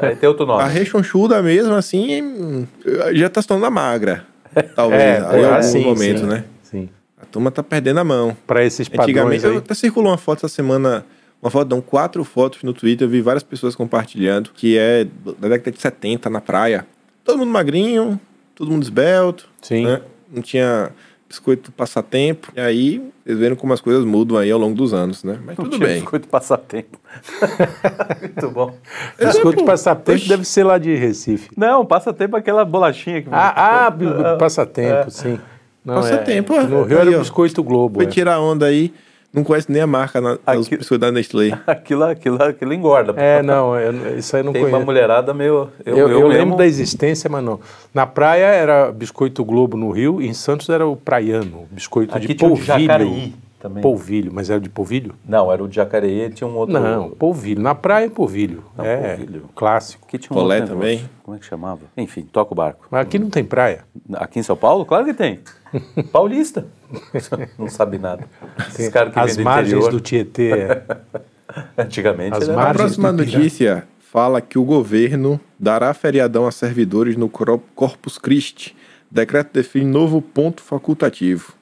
Speaker 2: Aí é, tem outro
Speaker 1: A
Speaker 2: nome.
Speaker 1: rechonchuda mesmo, assim, hum, já tá se tornando magra. Talvez,
Speaker 3: É,
Speaker 1: em
Speaker 3: é,
Speaker 1: algum
Speaker 3: sim,
Speaker 1: momento,
Speaker 3: sim.
Speaker 1: né?
Speaker 3: Sim.
Speaker 1: A turma tá perdendo a mão.
Speaker 3: Para esses padrões
Speaker 1: Antigamente, eu
Speaker 3: aí.
Speaker 1: até circulou uma foto essa semana, uma foto, não, quatro fotos no Twitter, eu vi várias pessoas compartilhando, que é da década de 70, na praia. Todo mundo magrinho, todo mundo esbelto,
Speaker 3: Sim.
Speaker 1: né? Não tinha biscoito passatempo. E aí, vocês viram como as coisas mudam aí ao longo dos anos, né?
Speaker 3: tá
Speaker 1: Mas tudo
Speaker 2: Tinha
Speaker 1: bem.
Speaker 2: biscoito
Speaker 3: (laughs)
Speaker 2: passatempo. Muito bom.
Speaker 3: Biscoito passatempo
Speaker 1: Oxi.
Speaker 3: deve ser lá de Recife.
Speaker 2: Não, passatempo é aquela bolachinha que
Speaker 3: Ah, ah bi- passatempo, sim. Não, é.
Speaker 1: Passatempo, é.
Speaker 3: No Rio era
Speaker 1: Aí, ó.
Speaker 3: Biscoito Globo.
Speaker 1: Foi
Speaker 3: é.
Speaker 1: tirar onda aí, não conhece nem a marca na, nos
Speaker 2: Aqui-
Speaker 1: biscoitos da Nestlé.
Speaker 2: (laughs) aquilo, aquilo, aquilo engorda.
Speaker 3: É, não, eu- isso aí eu não
Speaker 2: Tem uma
Speaker 3: conheço.
Speaker 2: mulherada meio. Eu,
Speaker 3: Eu, eu
Speaker 2: eu
Speaker 3: lembro
Speaker 2: mesmo-
Speaker 3: da existência, mas não. Na praia era Biscoito Globo no Rio, em Santos era o praiano, biscoito
Speaker 2: Aqui
Speaker 3: de
Speaker 2: tinha o
Speaker 3: polvilho.
Speaker 2: de Jacareí também.
Speaker 3: Polvilho, mas era de polvilho?
Speaker 2: Não, era o de Jacareí, tinha um outro.
Speaker 3: Não, polvilho. Na praia é polvilho. é,
Speaker 2: Ah, polvilho.
Speaker 3: clássico.
Speaker 2: Que tinha um outro
Speaker 1: Colé
Speaker 2: negócio.
Speaker 1: também.
Speaker 2: Como é que chamava? Enfim, toca o barco.
Speaker 3: Mas aqui não tem praia.
Speaker 2: Aqui em São Paulo? Claro que tem. (laughs) Paulista. (laughs) Não sabe nada. Esses caras que
Speaker 3: As
Speaker 2: vêm do
Speaker 3: margens
Speaker 2: interior.
Speaker 3: do Tietê.
Speaker 2: (laughs)
Speaker 3: é.
Speaker 2: Antigamente
Speaker 3: As
Speaker 2: era
Speaker 1: A
Speaker 3: margens-
Speaker 1: próxima
Speaker 3: do Ipiranga.
Speaker 1: notícia fala que o governo dará feriadão a servidores no Cro- Corpus Christi. Decreto define novo ponto
Speaker 3: (laughs)
Speaker 1: facultativo.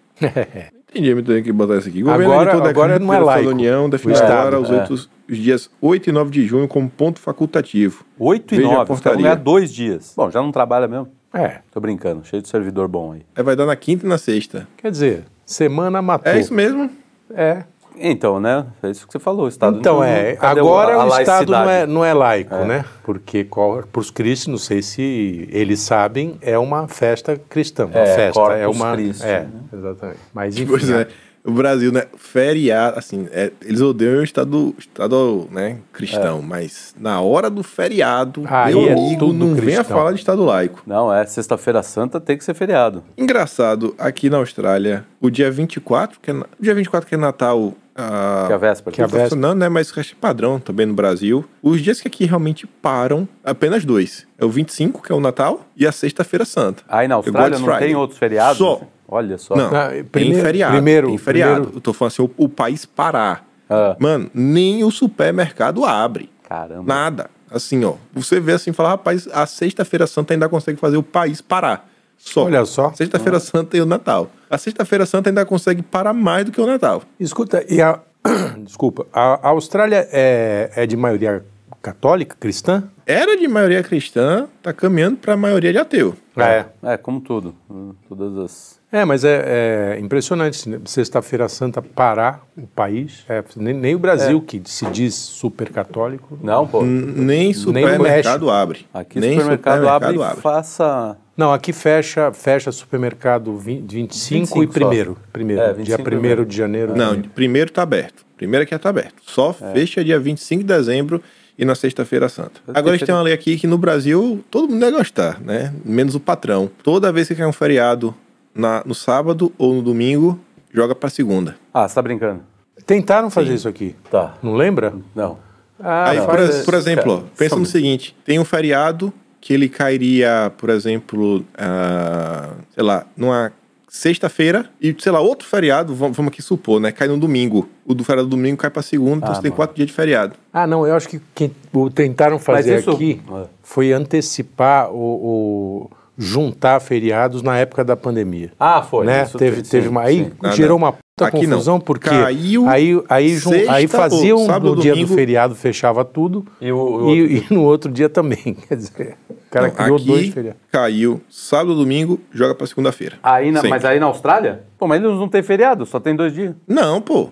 Speaker 1: Entendi muito bem que botar isso aqui. Governo
Speaker 3: Agora-
Speaker 1: editou o
Speaker 3: agora
Speaker 1: decreto
Speaker 3: não é
Speaker 1: Federação
Speaker 3: laico.
Speaker 1: da União define
Speaker 3: O Estado,
Speaker 1: agora os,
Speaker 2: é.
Speaker 1: oito- os dias 8 e 9 de junho como ponto facultativo.
Speaker 2: 8 e
Speaker 1: Veja a
Speaker 2: 9, os caras vão
Speaker 1: portaria.
Speaker 2: ganhar dois dias. Bom, já não trabalha mesmo.
Speaker 3: É,
Speaker 2: Tô brincando, cheio de servidor bom aí.
Speaker 1: Aí É, vai dar na quinta e na sexta.
Speaker 3: quer dizer, semana matou.
Speaker 1: É isso mesmo?
Speaker 3: É.
Speaker 2: Então, né? É isso que você falou, o Estado
Speaker 3: Então
Speaker 2: não-
Speaker 3: é,
Speaker 2: cadê
Speaker 3: agora
Speaker 2: a- a
Speaker 3: o Estado não é,
Speaker 2: laicidade?
Speaker 3: não é laico, né? Porque Corpus Christi, não sei se eles sabem, é uma festa cristã, uma
Speaker 2: É,
Speaker 3: festa, é
Speaker 2: Corpus
Speaker 3: uma
Speaker 2: Christi,
Speaker 3: é,
Speaker 2: né?
Speaker 3: exatamente. Mas enfim,
Speaker 1: Pois é. O Brasil, né? Feriado, assim, é, eles odeiam o Estado, Estado né, cristão,
Speaker 2: É.
Speaker 1: mas na hora do feriado,
Speaker 3: Aí
Speaker 1: meu
Speaker 3: é
Speaker 1: amigo,
Speaker 3: tudo
Speaker 1: não vem a
Speaker 3: cristão.
Speaker 1: falar de Estado laico.
Speaker 2: Não, é sexta-feira santa tem que ser feriado.
Speaker 1: Engraçado, aqui na Austrália, o dia 24, que é, na- o dia 24 que é Natal, ah,
Speaker 2: Que é a véspera.
Speaker 3: que a
Speaker 1: não tá
Speaker 3: véspera.
Speaker 1: funcionando, né? Mas o resto é padrão também no Brasil. Os dias que aqui realmente param, apenas dois. É o 25, que é o Natal, e a sexta-feira santa.
Speaker 2: Aí na
Speaker 1: É
Speaker 2: Austrália
Speaker 1: Good
Speaker 2: não tem
Speaker 1: Friday.
Speaker 2: outros feriados?
Speaker 1: Só.
Speaker 2: Olha só.
Speaker 1: Não,
Speaker 3: Ah,
Speaker 1: tem
Speaker 3: primeiro-
Speaker 1: feriado.
Speaker 3: primeiro-
Speaker 1: tem feriado.
Speaker 3: primeiro-
Speaker 1: Eu tô falando assim, o, o país parar.
Speaker 2: Ah.
Speaker 1: Mano, nem o supermercado abre.
Speaker 2: Caramba.
Speaker 1: Nada. Assim, ó. Você vê assim e fala, rapaz, a sexta-feira santa ainda consegue fazer o país parar. Só.
Speaker 3: Olha só.
Speaker 1: Sexta-feira santa e o Natal. A sexta-feira santa ainda consegue parar mais do que o Natal.
Speaker 3: escuta, e a (clears throat) desculpa, a, a Austrália é, é de maioria católica, cristã?
Speaker 1: Era de maioria cristã, tá caminhando pra maioria de ateu.
Speaker 3: É.
Speaker 2: É, como tudo. Hum, Todas as.
Speaker 3: É, mas é, é impressionante. né? Sexta-feira Santa parar o país. É, nem, nem o Brasil, que se diz super católico.
Speaker 2: Não, pô.
Speaker 1: N- Nem supermercado abre.
Speaker 2: Aqui o
Speaker 1: Hum, Nem
Speaker 2: supermercado, abre, e
Speaker 1: abre.
Speaker 2: faça.
Speaker 3: Não, aqui fecha, fecha supermercado vin- 25,
Speaker 2: 25
Speaker 3: e primeiro. primeiro
Speaker 2: É,
Speaker 3: dia
Speaker 2: 25
Speaker 3: 1 de janeiro.
Speaker 1: Não, primeiro tá aberto. Primeiro que tá aberto. Só fecha dia 25 de dezembro e na sexta-feira santa. Agora a gente tem uma lei aqui que no Brasil todo mundo ia gostar, né? Menos o patrão. Toda vez que cai um feriado na- no sábado ou no domingo, joga pra segunda.
Speaker 2: Ah, você tá brincando.
Speaker 3: Tentaram fazer isso aqui.
Speaker 2: Tá.
Speaker 3: Não lembra?
Speaker 2: Não.
Speaker 3: Ah,
Speaker 1: Aí,
Speaker 3: não.
Speaker 1: por,
Speaker 2: mas
Speaker 1: ex-
Speaker 2: é-
Speaker 1: por exemplo, ó,
Speaker 2: cara,
Speaker 1: pensa no
Speaker 2: são-
Speaker 1: seguinte: tem um feriado que ele cairia, por exemplo, ah, sei lá, numa sexta-feira e, sei lá, outro feriado, vamos vamos aqui supor, né? Cai no domingo. O do feriado do domingo cai pra segunda, então você tem quatro dias de feriado.
Speaker 3: Ah, não, eu acho que, que o tentaram fazer
Speaker 2: isso-
Speaker 3: aqui
Speaker 2: É.
Speaker 3: foi antecipar o, o- juntar feriados na época da pandemia.
Speaker 2: Ah, foi.
Speaker 3: né?
Speaker 2: Isso
Speaker 3: teve,
Speaker 2: tem-
Speaker 3: teve
Speaker 2: sim,
Speaker 3: uma aí
Speaker 2: sim.
Speaker 1: Nada.
Speaker 3: gerou uma puta
Speaker 1: Aqui não.
Speaker 3: confusão porque
Speaker 1: Caiu
Speaker 3: aí aí jun-
Speaker 1: sexta
Speaker 3: aí
Speaker 1: ou
Speaker 3: faziam
Speaker 1: sábado,
Speaker 3: no dia
Speaker 1: domingo.
Speaker 3: do feriado fechava tudo
Speaker 2: E o- o
Speaker 3: e, e no outro dia também, (laughs) quer dizer, o cara
Speaker 1: Então,
Speaker 3: criou
Speaker 1: aqui
Speaker 3: dois feriados.
Speaker 1: caiu sábado, domingo, joga pra segunda-feira.
Speaker 2: Aí na-
Speaker 1: Sempre.
Speaker 2: mas aí na Austrália? Pô, mas eles não têm feriado, só tem dois dias.
Speaker 1: Não, pô.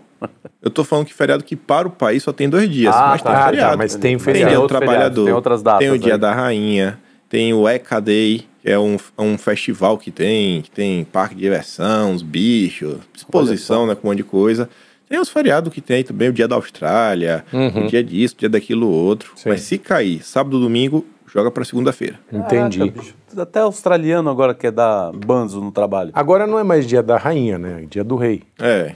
Speaker 1: Eu tô falando que feriado que para o país só tem dois dias.
Speaker 2: Ah,
Speaker 1: mas
Speaker 2: tá.
Speaker 1: tem
Speaker 2: Ah, tá,
Speaker 1: feriado.
Speaker 3: mas tem
Speaker 1: Tem
Speaker 3: feriado.
Speaker 1: dia do
Speaker 2: Outros feriados,
Speaker 1: trabalhador.
Speaker 2: tem outras datas
Speaker 1: Tem o dia
Speaker 2: aí.
Speaker 1: da rainha. Tem o Eca Day, que é um, é um festival que tem. Que tem parque de diversão, uns bichos, exposição, né? Com um monte de coisa. Tem os feriados que tem também, o dia da Austrália,
Speaker 3: Uhum.
Speaker 1: o dia disso, o dia daquilo outro.
Speaker 3: Sim.
Speaker 1: Mas se cair sábado, domingo, joga pra segunda-feira.
Speaker 3: Entendi.
Speaker 2: Caraca, bicho, até australiano agora quer dar banzo no trabalho.
Speaker 3: Agora não é mais dia da rainha, né? É dia do rei.
Speaker 1: É.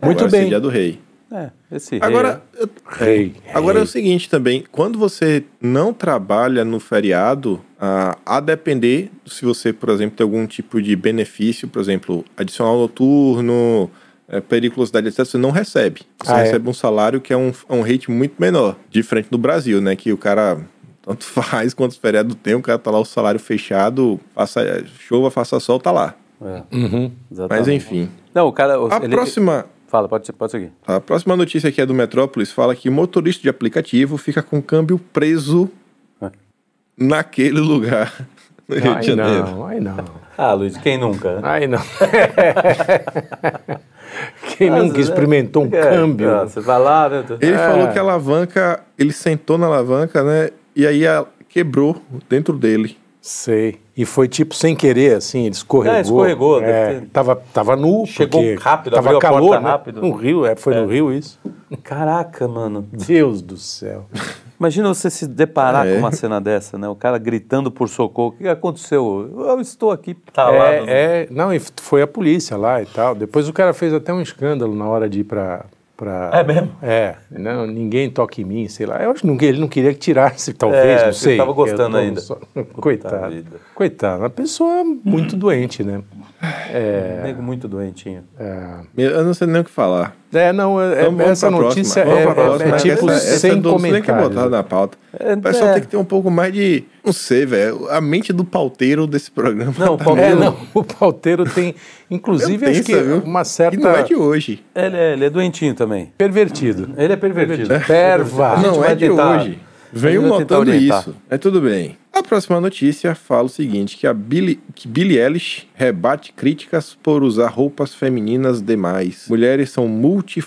Speaker 3: Muito
Speaker 1: Agora, esse
Speaker 3: bem.
Speaker 1: dia do rei.
Speaker 2: É, esse rei,
Speaker 1: Agora, eu-
Speaker 3: Rei.
Speaker 1: agora é o seguinte também, quando você não trabalha no feriado, ah, a depender se você, por exemplo, tem algum tipo de benefício, por exemplo, adicional noturno, eh, periculosidade, etc., você não recebe. Você
Speaker 3: Ah, é?
Speaker 1: recebe um salário que é um, é um rate muito menor, diferente do Brasil, né? Que o cara tanto (laughs) faz quantos feriados tem, o cara tá lá o salário fechado, faça chuva, faça sol, tá lá.
Speaker 2: é,
Speaker 1: Mas
Speaker 2: exatamente.
Speaker 3: Tá
Speaker 1: enfim.
Speaker 2: Não, o cara. o-
Speaker 1: A
Speaker 2: ele-
Speaker 1: próxima.
Speaker 2: Fala, pode, ser- pode seguir.
Speaker 1: A próxima notícia aqui é do Metrópolis, fala que motorista de aplicativo fica com o câmbio preso
Speaker 2: Hã?
Speaker 1: naquele
Speaker 3: (laughs)
Speaker 1: lugar no Rio de
Speaker 3: É. Ai
Speaker 1: Janeiro.
Speaker 3: não, ai não.
Speaker 2: Ah, Luiz, quem nunca? né?
Speaker 3: Ai não. (laughs) Quem
Speaker 2: Mas,
Speaker 3: nunca
Speaker 2: é,
Speaker 3: experimentou um
Speaker 2: é,
Speaker 3: câmbio?
Speaker 2: é, Você vai lá, né?
Speaker 1: Ele
Speaker 3: Ah.
Speaker 1: falou que a alavanca, ele sentou na alavanca, né? E aí a- quebrou dentro dele.
Speaker 3: Sei. E foi tipo sem querer, assim, ele escorregou.
Speaker 2: É, escorregou, deve
Speaker 3: É,
Speaker 2: ter.
Speaker 3: tava, tava nu,
Speaker 2: Chegou um
Speaker 3: porque
Speaker 2: rápido,
Speaker 3: tava
Speaker 2: abriu a
Speaker 3: calor,
Speaker 2: porta
Speaker 3: né?
Speaker 2: rápido.
Speaker 3: No Rio, é, foi no Rio isso.
Speaker 2: Caraca, mano.
Speaker 3: Deus do céu.
Speaker 2: Imagina você se
Speaker 3: Ah,
Speaker 2: deparar
Speaker 1: É.
Speaker 2: com uma cena dessa, né? O cara gritando por socorro. O que aconteceu? Eu estou aqui talado.
Speaker 3: É, é, não, e f- foi a polícia lá e tal. Depois o cara fez até um escândalo na hora de ir pra. pra-
Speaker 2: É mesmo?
Speaker 3: É, não, ninguém toca em mim, sei lá. Eu acho que não- ele não queria que tirasse, talvez,
Speaker 2: É,
Speaker 3: não
Speaker 2: você
Speaker 3: sei.
Speaker 2: tava gostando
Speaker 3: Eu tô
Speaker 2: ainda.
Speaker 3: (laughs) Coitado.
Speaker 2: vida.
Speaker 3: Coitado, uma pessoa muito doente, né?
Speaker 2: Um nego muito doentinho.
Speaker 1: Eu não sei nem o que falar.
Speaker 3: É, não, é- é-
Speaker 1: Então vamos
Speaker 3: essa
Speaker 1: pra
Speaker 3: notícia é,
Speaker 1: próxima. Vamos pra
Speaker 3: é-
Speaker 1: próxima,
Speaker 3: é
Speaker 1: né?
Speaker 3: tipo
Speaker 1: essa, essa
Speaker 3: sem
Speaker 1: do- você nem quer botar
Speaker 3: comentário.
Speaker 1: na pauta.
Speaker 2: É,
Speaker 1: o pessoal
Speaker 2: é.
Speaker 1: tem que ter um pouco mais de. Não sei, velho. A mente do pauteiro desse programa.
Speaker 2: Não, um. o
Speaker 1: tá
Speaker 2: pauteiro
Speaker 3: É,
Speaker 1: meio-
Speaker 3: não, o pauteiro tem,
Speaker 1: (laughs)
Speaker 3: inclusive,
Speaker 1: meio
Speaker 3: acho que
Speaker 1: tensa, viu?
Speaker 3: uma
Speaker 1: E não é
Speaker 3: certa...
Speaker 1: de hoje.
Speaker 2: Ele é, ele é doentinho também.
Speaker 1: (laughs)
Speaker 3: Pervertido.
Speaker 2: Ele é pervertido.
Speaker 3: Perva.
Speaker 2: gente
Speaker 1: Não
Speaker 2: vai
Speaker 1: é de
Speaker 2: tentar-
Speaker 1: hoje.
Speaker 2: a
Speaker 1: Venho
Speaker 2: gente vai tentar
Speaker 1: notando
Speaker 2: orientar.
Speaker 1: isso. É tudo bem. A próxima notícia fala o seguinte: que a Billie, que Billie Eilish rebate críticas por usar roupas femininas demais. Mulheres são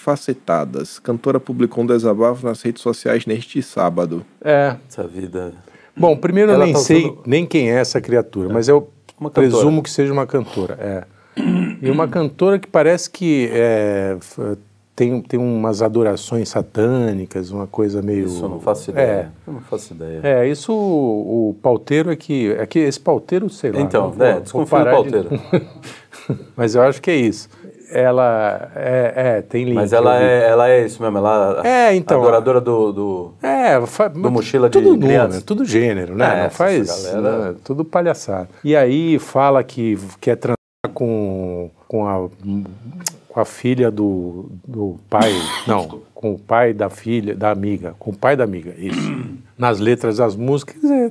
Speaker 1: multifacetadas. Cantora publicou um desabafo nas redes sociais neste sábado.
Speaker 3: É.
Speaker 2: Essa vida.
Speaker 3: Bom, primeiro eu
Speaker 2: Ela
Speaker 3: nem
Speaker 2: tá
Speaker 3: sei
Speaker 2: usando-
Speaker 3: nem quem é essa criatura, mas eu
Speaker 2: Uma cantora.
Speaker 3: presumo que seja uma cantora. É. E uma cantora que parece que é, f- tem, tem umas adorações satânicas, uma coisa meio.
Speaker 2: Isso eu não faço
Speaker 3: É.
Speaker 2: ideia. Eu não faço ideia.
Speaker 3: É, isso o, o pauteiro é que. É que esse pauteiro, sei lá.
Speaker 2: Então,
Speaker 3: não vou-
Speaker 2: é,
Speaker 3: vou
Speaker 2: desconfio do
Speaker 3: parar de-
Speaker 2: pauteiro.
Speaker 3: (laughs) Mas eu acho que é isso. Ela. É, é, tem link.
Speaker 2: Mas ela
Speaker 3: eu vi.
Speaker 2: é, ela é isso mesmo. Ela
Speaker 3: É, então,
Speaker 2: Adoradora do. do...
Speaker 3: É, fa... mas
Speaker 2: mochila de
Speaker 3: tudo número,
Speaker 2: criança.
Speaker 3: tudo gênero, né?
Speaker 2: É,
Speaker 3: Não
Speaker 2: essa
Speaker 3: faz
Speaker 2: galera-
Speaker 3: né, tudo palhaçada. E aí fala que quer transar com, com, a, com a filha do, do pai, não, com o pai da filha, da amiga, com o pai da amiga, isso. Nas letras das músicas, é,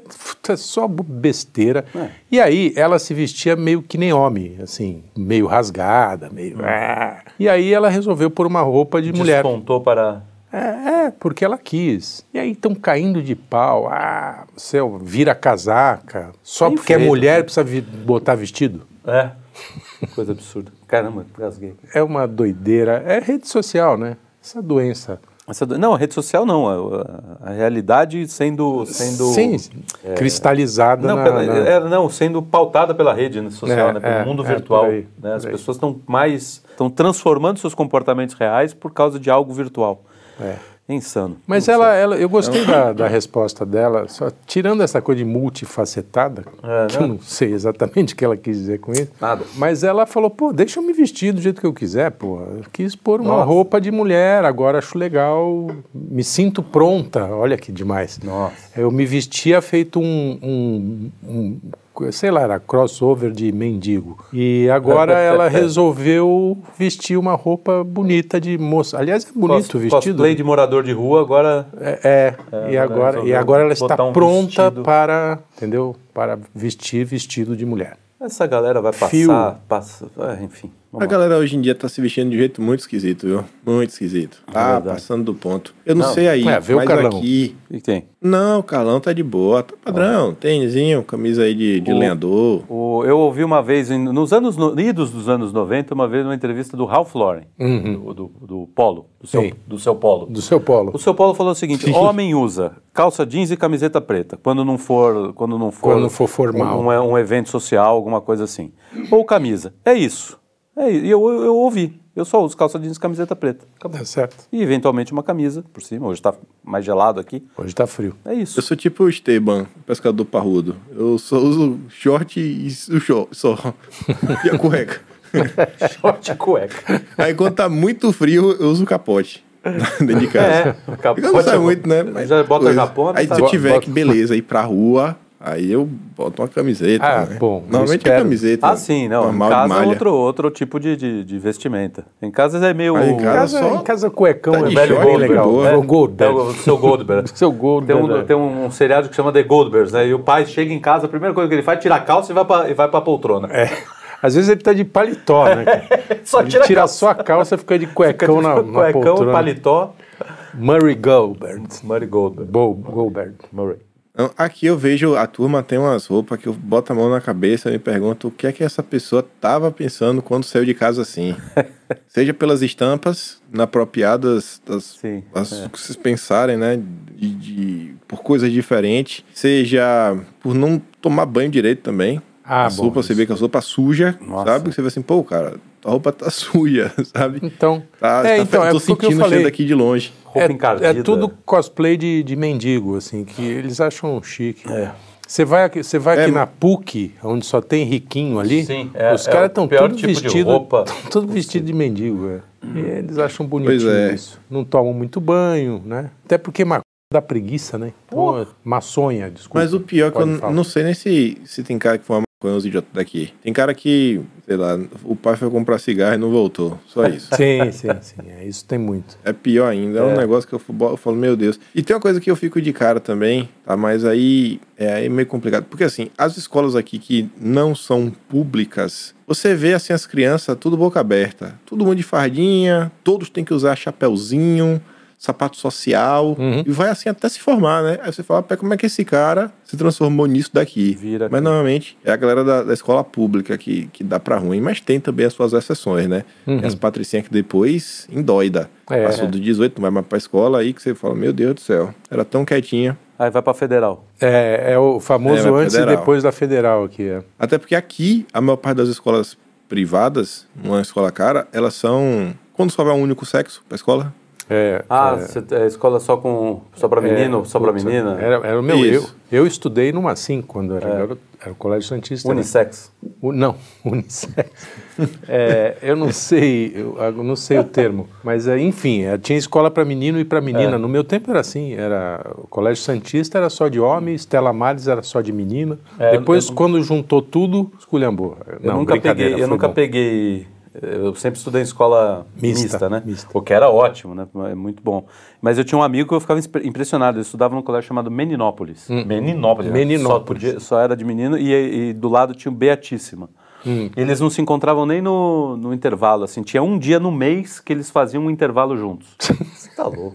Speaker 3: é só bo- besteira.
Speaker 2: É.
Speaker 3: E aí ela se vestia meio que nem homem, assim, meio rasgada, meio... ah. E aí ela resolveu pôr uma roupa de mulher.
Speaker 2: Despontou para.
Speaker 3: É, é, porque ela quis. E aí estão caindo de pau. Ah, você vira casaca. Só
Speaker 2: Bem
Speaker 3: porque é
Speaker 2: feito.
Speaker 3: mulher precisa vi- botar vestido?
Speaker 2: É. Coisa absurda. Caramba, rasguei.
Speaker 3: É uma doideira. É rede social, né? Essa doença.
Speaker 2: Essa do- Não, a rede social não. A, a- a realidade sendo. sendo...
Speaker 3: Sim, cristalizada
Speaker 2: É. Não,
Speaker 3: na,
Speaker 2: pela- é,
Speaker 3: na-
Speaker 2: era, não, sendo pautada pela rede né, social,
Speaker 3: É,
Speaker 2: né, pelo
Speaker 3: é,
Speaker 2: mundo
Speaker 3: é,
Speaker 2: virtual.
Speaker 3: por aí,
Speaker 2: né, as
Speaker 3: por aí.
Speaker 2: pessoas estão mais. estão transformando seus comportamentos reais por causa de algo virtual.
Speaker 3: É.
Speaker 2: Insano.
Speaker 3: Mas ela, ela, eu gostei da, da resposta dela, só tirando essa coisa de multifacetada,
Speaker 2: É,
Speaker 3: que eu não sei exatamente o que ela quis dizer com isso.
Speaker 2: Nada.
Speaker 3: Mas ela falou, pô, deixa eu me vestir do jeito que eu quiser, pô. Eu quis pôr uma
Speaker 2: Nossa.
Speaker 3: roupa de mulher, agora acho legal, me sinto pronta. Olha que demais.
Speaker 2: Nossa.
Speaker 3: Eu me vestia feito um, um- um- sei lá, era crossover de mendigo. E
Speaker 2: (laughs)
Speaker 3: agora ela resolveu vestir uma roupa bonita de moça. Aliás, é bonito o
Speaker 2: Cos-
Speaker 3: vestido.
Speaker 2: Cosplay de morador de rua agora.
Speaker 3: É, é, e,
Speaker 2: ela
Speaker 3: agora, e
Speaker 2: resolveu
Speaker 3: agora ela está
Speaker 2: botar um
Speaker 3: pronta
Speaker 2: vestido.
Speaker 3: para, entendeu? Para vestir vestido de mulher.
Speaker 2: Essa galera vai
Speaker 3: Fio.
Speaker 2: passar. passa- ah, enfim.
Speaker 1: A
Speaker 2: vamos lá.
Speaker 1: galera hoje em dia tá se vestindo de um jeito muito esquisito, viu? Muito esquisito. Ah,
Speaker 2: verdade.
Speaker 1: passando do ponto. Eu não,
Speaker 2: Não,
Speaker 1: sei aí,
Speaker 3: é, vê o
Speaker 1: mas
Speaker 3: Carlão.
Speaker 1: aqui...
Speaker 2: O que que tem?
Speaker 1: Não, o Carlão tá de boa, tá padrão. Tênisinho, camisa aí de, de
Speaker 2: O-
Speaker 1: lenhador.
Speaker 2: O- eu ouvi uma vez, em- nos anos no, idos dos anos 90, uma vez uma entrevista do Ralph Lauren, do, do, do Polo, do seu,
Speaker 3: Uhum. Sim.
Speaker 2: do seu Polo.
Speaker 3: Do seu polo.
Speaker 2: O seu Paulo falou o
Speaker 1: (laughs)
Speaker 2: seguinte: homem usa calça jeans e camiseta preta quando não for quando não for
Speaker 3: Quando for formal.
Speaker 2: um, um evento social, alguma coisa assim, ou camisa. É isso. É, e eu, eu, eu ouvi. Eu só uso calça jeans e camiseta preta. Acabou.
Speaker 3: Tá certo.
Speaker 2: E eventualmente uma camisa por cima. Hoje tá mais gelado aqui.
Speaker 3: Hoje tá frio.
Speaker 2: É
Speaker 1: Eu
Speaker 2: isso.
Speaker 1: sou tipo o Esteban, pescador parrudo. Eu só uso short e o short só. E a cueca.
Speaker 2: Short e cueca.
Speaker 1: Aí quando tá muito frio, eu uso o capote. (laughs) Dentro de
Speaker 2: É,
Speaker 1: casa.
Speaker 2: o capote
Speaker 1: Eu não
Speaker 2: é
Speaker 1: saio
Speaker 2: bom.
Speaker 1: muito, né?
Speaker 2: Já bota Japão,
Speaker 1: Aí
Speaker 2: tá
Speaker 1: se eu
Speaker 2: bom.
Speaker 1: tiver
Speaker 3: Bota-
Speaker 1: que, beleza, ir pra rua, aí eu boto uma camiseta.
Speaker 3: Ah,
Speaker 1: né?
Speaker 3: bom, eu
Speaker 1: Normalmente é
Speaker 3: espero.
Speaker 1: camiseta.
Speaker 2: Ah, sim, não. Em
Speaker 1: normal de
Speaker 2: casa é
Speaker 1: malha.
Speaker 2: outro, outro tipo de, de, de vestimenta. Em casa é meio.
Speaker 1: Aí em
Speaker 3: Em
Speaker 1: Cara,
Speaker 3: casa,
Speaker 1: só
Speaker 3: em casa cuecão
Speaker 1: tá
Speaker 3: é
Speaker 1: de
Speaker 3: velho
Speaker 1: short,
Speaker 3: bem legal.
Speaker 1: boa.
Speaker 2: É,
Speaker 3: É o
Speaker 2: é o
Speaker 3: Goldberg.
Speaker 2: seu Goldberg.
Speaker 3: (laughs) Seu
Speaker 2: Tem,
Speaker 3: Goldberg.
Speaker 2: um, tem um, um seriado que chama The Goldbergs, né? E o pai chega em casa, a primeira coisa que ele faz é tirar a calça e vai pra, e vai pra poltrona.
Speaker 3: É. Às vezes ele tá de paletó, né? cara?
Speaker 2: Só
Speaker 3: Ele
Speaker 2: tira a
Speaker 3: tira a
Speaker 2: calça.
Speaker 3: sua calça e fica de cuecão É na, na
Speaker 2: Cuecão,
Speaker 3: poltrona.
Speaker 2: É paletó.
Speaker 3: Murray Goldberg.
Speaker 2: Murray Goldberg.
Speaker 3: Bo- Goldberg.
Speaker 2: Murray.
Speaker 1: Não, Então, Aqui eu vejo a turma tem umas roupas que eu boto a mão na cabeça e me pergunto o que é que essa pessoa tava pensando quando saiu de casa
Speaker 3: (laughs)
Speaker 1: assim. Seja pelas estampas inapropriadas, das,
Speaker 2: Sim,
Speaker 1: as
Speaker 3: é.
Speaker 1: que vocês pensarem, né? De, de- por coisas diferentes. Seja por não tomar banho direito também.
Speaker 3: Ah,
Speaker 1: a
Speaker 3: bom,
Speaker 1: roupa, você
Speaker 3: isso.
Speaker 1: vê que a roupa suja,
Speaker 2: Nossa.
Speaker 1: sabe? Você vê assim, pô, cara, a roupa tá (laughs) suja, sabe?
Speaker 3: Então,
Speaker 1: Tá, tá-
Speaker 3: é, então, é
Speaker 1: tô
Speaker 3: o que eu
Speaker 1: sentindo o
Speaker 3: falei.
Speaker 1: cheiro daqui de longe.
Speaker 2: Roupa
Speaker 3: é,
Speaker 2: encardida.
Speaker 3: é tudo cosplay de, de mendigo, assim, que eles acham chique.
Speaker 2: É.
Speaker 3: Você vai aqui, você vai
Speaker 1: É,
Speaker 3: aqui
Speaker 1: mas-
Speaker 3: na PUC, onde só tem riquinho ali,
Speaker 2: Sim, é-
Speaker 3: os
Speaker 2: é
Speaker 3: caras
Speaker 2: o
Speaker 3: estão
Speaker 2: pior
Speaker 3: tudo
Speaker 2: tipo de
Speaker 3: vestido,
Speaker 2: roupa
Speaker 3: (laughs) tão tudo vestido de mendigo, é. E eles acham bonitinho
Speaker 1: Pois é.
Speaker 3: isso. Não tomam muito banho, né? Até porque maconha dá preguiça, né? Então, é maçonha, desculpa.
Speaker 1: Mas o pior é que eu
Speaker 3: Pode
Speaker 1: n-
Speaker 3: falar.
Speaker 1: não sei nem se, se tem cara que fuma maconha os idiotas daqui. Tem cara que, sei lá, o pai foi comprar cigarro e não voltou. Só isso.
Speaker 3: (laughs) Sim, sim, sim. É, isso tem muito.
Speaker 1: É pior ainda, é, um negócio que eu falo, eu falo, meu Deus. E tem uma coisa que eu fico de cara também, tá? Mas aí é, aí é meio complicado. Porque assim, as escolas aqui que não são públicas, você vê assim as crianças tudo boca aberta. Todo mundo de fardinha, todos têm que usar chapéuzinho, sapato social. E vai assim até se formar, né? Aí você fala, pé, como é que esse cara se transformou nisso daqui?
Speaker 2: Vira
Speaker 1: Mas normalmente é a galera da, da escola pública que, que dá pra ruim, mas tem também as suas exceções, né? Tem As patricinhas que depois endoida.
Speaker 3: É.
Speaker 1: Passou dos 18, não vai mais pra escola, aí que você fala, meu Deus do céu, era tão quietinha.
Speaker 2: Aí vai pra federal.
Speaker 3: É, é o famoso
Speaker 1: É, mas
Speaker 3: antes
Speaker 1: federal.
Speaker 3: e depois da federal aqui. É.
Speaker 1: Até porque aqui, a maior parte das escolas privadas, uma escola cara, elas são... Quando só vai um único sexo pra escola?
Speaker 3: É,
Speaker 2: Ah, cê- é escola só com só pra menino, só pra
Speaker 3: Putz,
Speaker 2: menina? É.
Speaker 3: Era, era o meu. Eu,
Speaker 1: Isso.
Speaker 3: eu estudei numa sim quando era garoto. Era o Colégio Santista. né?
Speaker 2: Unissex.
Speaker 3: U- não, (laughs) unissex. É, eu não sei, eu, eu não sei o termo, mas é, enfim, é, tinha escola para menino e para
Speaker 2: É.
Speaker 3: menina. No meu tempo era assim, era o Colégio Santista era só de homem, Estela Mares era só de menina. Depois, quando juntou tudo, esculhambou.
Speaker 2: É, Eu
Speaker 3: não,
Speaker 2: nunca
Speaker 3: brincadeira,
Speaker 2: peguei, eu
Speaker 3: foi
Speaker 2: nunca
Speaker 3: bom.
Speaker 2: peguei. Eu sempre estudei em escola mista,
Speaker 3: Mista,
Speaker 2: né?
Speaker 3: mista.
Speaker 2: O que era ótimo, né? É muito bom. Mas eu tinha um amigo que eu ficava impre- impressionado. Ele estudava num colégio chamado Meninópolis.
Speaker 3: Hum.
Speaker 2: Meninópolis. né?
Speaker 3: Meninópolis.
Speaker 2: Só, podia- só era de menino e, e do lado tinha o Beatíssima.
Speaker 3: Hum.
Speaker 2: Eles não se encontravam nem no, no intervalo, assim. Tinha um dia no mês que eles faziam um intervalo
Speaker 3: (laughs)
Speaker 2: juntos. Você tá louco.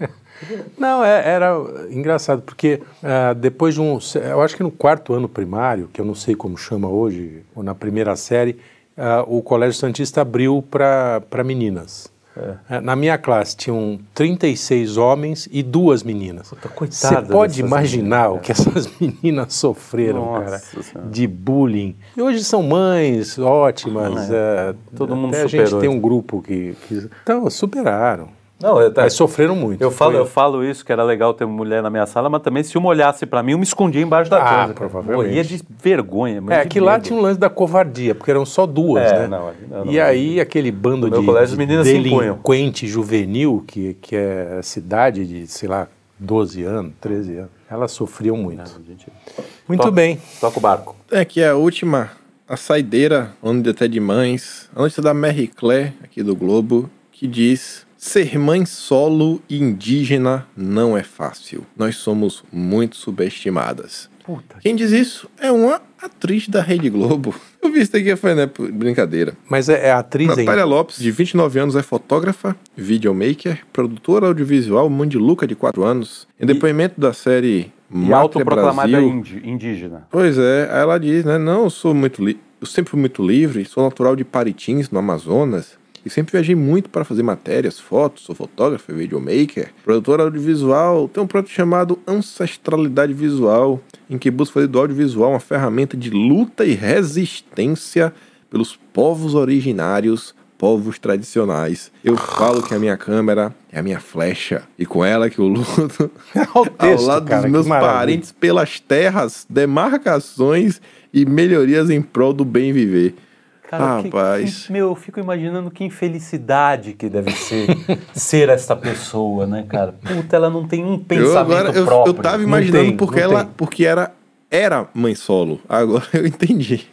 Speaker 3: Não, é- era engraçado, porque ah, depois de um. Eu acho que no quarto ano primário, que eu não sei como chama hoje, ou na primeira série, ah, o Colégio Santista abriu para meninas.
Speaker 2: É.
Speaker 3: Ah, Na minha classe tinham 36 homens e duas meninas. Você
Speaker 2: coitada
Speaker 3: pode
Speaker 2: dessas
Speaker 3: imaginar o que essas (laughs) meninas sofreram,
Speaker 2: Nossa
Speaker 3: cara,
Speaker 2: Senhora.
Speaker 3: de bullying. E hoje são mães ótimas. é,
Speaker 2: Ah, Todo mundo
Speaker 3: até a gente
Speaker 2: superou
Speaker 3: tem
Speaker 2: isso.
Speaker 3: um grupo que, que- Então, superaram.
Speaker 2: Não, eu, tá,
Speaker 3: Mas sofreram muito.
Speaker 2: eu, falo,
Speaker 3: Foi-
Speaker 2: eu falo isso, que era legal ter mulher na minha sala, mas também se uma olhasse pra mim, eu me escondia embaixo da
Speaker 3: Ah,
Speaker 2: coisa.
Speaker 3: provavelmente.
Speaker 2: Morria de vergonha. mas
Speaker 3: É,
Speaker 2: de
Speaker 3: que lá
Speaker 2: medo.
Speaker 3: tinha um lance da covardia, porque eram só duas,
Speaker 2: É,
Speaker 3: né?
Speaker 2: não, ali- não,
Speaker 3: e
Speaker 2: não.
Speaker 3: aí aquele bando
Speaker 2: No meu
Speaker 3: de,
Speaker 2: colégio, as
Speaker 3: de
Speaker 2: meninas se impunham.
Speaker 3: delinquente juvenil, que, que é a cidade de, sei lá, 12 anos, 13 anos, elas sofriam muito.
Speaker 2: Gente,
Speaker 3: Muito
Speaker 2: Toca-
Speaker 3: bem.
Speaker 2: Toca o barco.
Speaker 1: É que é a última, a saideira, onde até de mães, a notícia da Mary Claire, aqui do Globo, que diz... Ser mãe solo e indígena não é fácil. Nós somos muito subestimadas. Quem diz isso é uma atriz da Rede Globo. (laughs) Eu vi isso daqui e falei, né? pô, Brincadeira.
Speaker 3: Mas é, é a atriz em...
Speaker 1: Natália Lopes, de 29 anos, é fotógrafa, videomaker, produtora audiovisual, mãe de Luca, de 4 anos. Em depoimento da série
Speaker 2: E
Speaker 1: Matra
Speaker 2: autoproclamada
Speaker 1: é Brasil...
Speaker 2: indi- indígena.
Speaker 1: Pois é, aí ela diz, né? Não, eu sou muito li- eu sempre fui muito livre, sou natural de Paritins, no Amazonas, e sempre viajei muito para fazer matérias, fotos, sou fotógrafa, videomaker, produtora audiovisual, tenho um projeto chamado Ancestralidade Visual, em que busco fazer do audiovisual uma ferramenta de luta e resistência pelos povos originários povos tradicionais. Eu falo que a minha câmera é a minha flecha, e com ela que eu
Speaker 3: (laughs)
Speaker 1: luto
Speaker 3: Olha É o texto,
Speaker 1: ao lado
Speaker 3: cara, que
Speaker 1: dos meus
Speaker 3: maravilha.
Speaker 1: parentes pelas terras, demarcações e melhorias em prol do bem viver.
Speaker 2: Cara, que-
Speaker 1: Rapaz.
Speaker 2: que- meu, eu fico imaginando que infelicidade que deve ser (laughs) ser esta pessoa, né, cara? Puta, ela não tem um pensamento
Speaker 1: eu agora eu,
Speaker 2: próprio.
Speaker 1: eu tava
Speaker 2: Não
Speaker 1: imaginando
Speaker 2: tem,
Speaker 1: porque
Speaker 2: não
Speaker 1: ela,
Speaker 2: tem.
Speaker 1: porque era era mãe solo. Agora (laughs) eu entendi.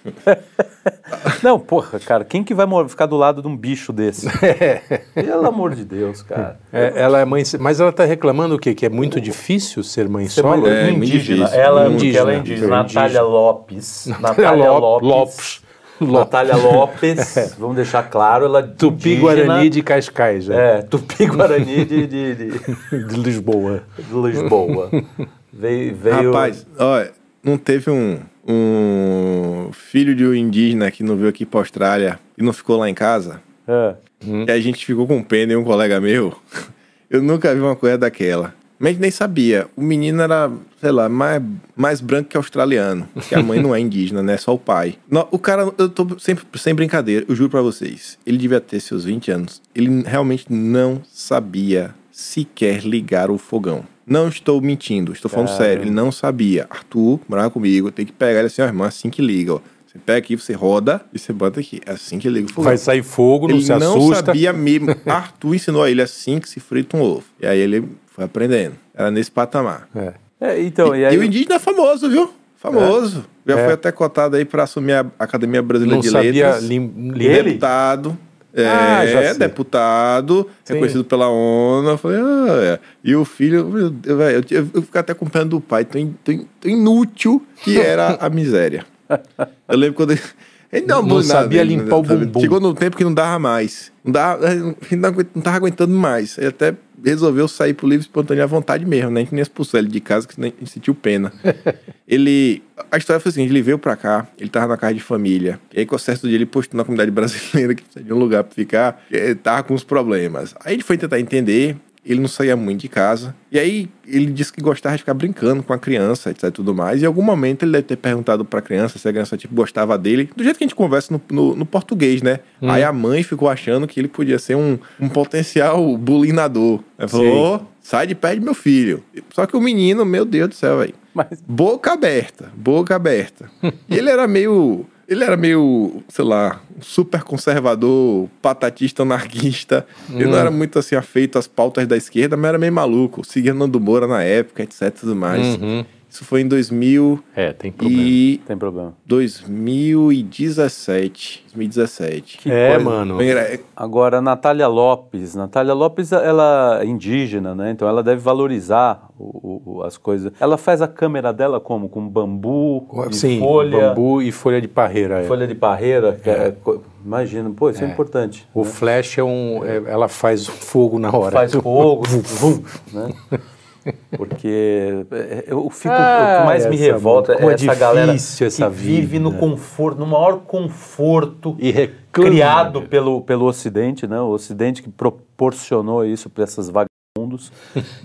Speaker 2: Não, porra, cara, quem que vai mor- ficar do lado de um
Speaker 1: (laughs)
Speaker 2: bicho desse? Pelo amor de Deus, cara.
Speaker 3: É, ela é mãe, mas ela está reclamando o quê? Que é muito difícil ser mãe
Speaker 2: Você
Speaker 3: solo?
Speaker 2: é,
Speaker 1: muito
Speaker 2: indígena.
Speaker 1: difícil,
Speaker 2: Ela,
Speaker 1: muito
Speaker 2: porque ela é
Speaker 3: indígena.
Speaker 2: indígena. Natália Lopes. Natália
Speaker 3: Lop-
Speaker 2: Lopes.
Speaker 3: Lopes.
Speaker 2: Natália Lopes, vamos deixar claro, ela é
Speaker 3: Tupi-Guarani
Speaker 2: indígena.
Speaker 3: de Cascais, né?
Speaker 2: É, Tupi-Guarani de, de, de-
Speaker 3: de Lisboa.
Speaker 2: de Lisboa. Veio, veio...
Speaker 1: Rapaz, olha, não teve um, um filho de um indígena que não veio aqui pra Austrália e não ficou lá em casa?
Speaker 2: É.
Speaker 1: E a gente ficou com pena e um colega meu. (laughs) Eu nunca vi uma coisa daquela. Mas a gente nem sabia. O menino era, sei lá, mais, mais branco que australiano. Porque a mãe não é indígena, né? Só o pai. No- o cara, eu tô sempre, sem brincadeira, eu juro pra vocês. Ele devia ter seus 20 anos. Ele realmente não sabia sequer ligar o fogão. Não estou mentindo, estou falando sério. Ele não sabia. Arthur morava comigo, tem que pegar ele assim, ó, irmão, assim que liga, ó. Você pega aqui, você roda e você bota aqui. É assim que liga o fogão
Speaker 3: Vai sair fogo, Tipo, não
Speaker 1: ele
Speaker 3: se
Speaker 1: não
Speaker 3: assusta.
Speaker 1: sabia mesmo. (laughs) Arthur ensinou a ele assim que se frita um ovo. E aí ele foi aprendendo. Era nesse patamar.
Speaker 3: É.
Speaker 2: É, então, e,
Speaker 1: E,
Speaker 2: aí...
Speaker 1: o indígena é famoso, viu? Famoso. Já
Speaker 3: É.
Speaker 1: foi até cotado aí para assumir a Academia Brasileira
Speaker 3: Não
Speaker 1: de
Speaker 3: sabia
Speaker 1: Letras.
Speaker 3: lim, lim-
Speaker 2: Ele?
Speaker 1: Deputado.
Speaker 3: Ah, já
Speaker 1: é,
Speaker 3: sei.
Speaker 1: deputado,
Speaker 3: Sim.
Speaker 1: reconhecido pela ONU. Eu falei, ah, é. E o filho, meu Deus, velho, eu, eu, eu fico até acompanhando o pai, tão, in- tão in- tão inútil
Speaker 3: (laughs)
Speaker 1: que era a miséria. Eu lembro quando ele. ele
Speaker 3: Não
Speaker 1: amou
Speaker 3: sabia
Speaker 1: ele
Speaker 3: limpar o
Speaker 1: sabe?
Speaker 3: bumbum.
Speaker 1: Chegou num tempo que não dava mais. Não dava, ele não aguenta- não tava aguentando mais. Ele até resolveu sair pro livre espontâneo à vontade mesmo, né? A gente nem expulsou ele de casa, que nem a gente sentiu
Speaker 3: (laughs)
Speaker 1: pena. ele. A história foi a seguinte: ele veio pra cá, ele tava na casa de família. E aí, com o certo dia, ele postou na comunidade brasileira que precisa de um lugar pra ficar, que tava com uns problemas. Aí ele foi tentar entender. Ele não saía muito de casa. E aí, ele disse que gostava de ficar brincando com a criança, etc. e tudo mais. E em algum momento ele deve ter perguntado pra criança se a criança tipo, gostava dele. Do jeito que a gente conversa no, no- no português, né? Aí a mãe ficou achando que ele podia ser um, um potencial bulinador. Ela falou: "Ô, sai de pé de meu filho. Só que o menino, meu Deus do céu, velho.
Speaker 2: Mas-
Speaker 1: Boca aberta, boca
Speaker 3: (laughs)
Speaker 1: aberta. e ele era meio. Ele era meio, sei lá, um super conservador, patatista, anarquista. Ele
Speaker 3: Hum.
Speaker 1: não era muito assim afeito às pautas da esquerda, mas era meio maluco. Seguia Nando Moura na época, etc. tudo mais. Isso foi em 2000
Speaker 3: Uhum. É, tem problema.
Speaker 1: e
Speaker 2: Tem problema.
Speaker 1: 2017. 2017.
Speaker 3: É,
Speaker 2: coisa.
Speaker 3: mano.
Speaker 1: Era-
Speaker 2: Agora, Natália Lopes. Natália Lopes, ela é indígena, né? Então ela deve valorizar o- o- o- as coisas. Ela faz a câmera dela como? Com bambu, e
Speaker 3: Sim,
Speaker 2: folha,
Speaker 3: bambu e folha de parreira. é.
Speaker 2: folha de parreira. que é co- imagina, pô, isso é, importante.
Speaker 3: O flash é um. é- ela faz fogo na hora.
Speaker 2: Faz
Speaker 3: (laughs)
Speaker 2: fogo, vum, né? Porque é, é, eu fico, o
Speaker 3: Ah,
Speaker 2: que mais me
Speaker 3: essa
Speaker 2: revolta
Speaker 3: boca, como
Speaker 2: é
Speaker 3: é
Speaker 2: essa galera
Speaker 3: difícil essa
Speaker 2: que vive no
Speaker 3: vida.
Speaker 2: conforto, no maior conforto
Speaker 3: E reclama.
Speaker 2: criado pelo, pelo Ocidente, né? O Ocidente que proporcionou isso para essas vagabundos.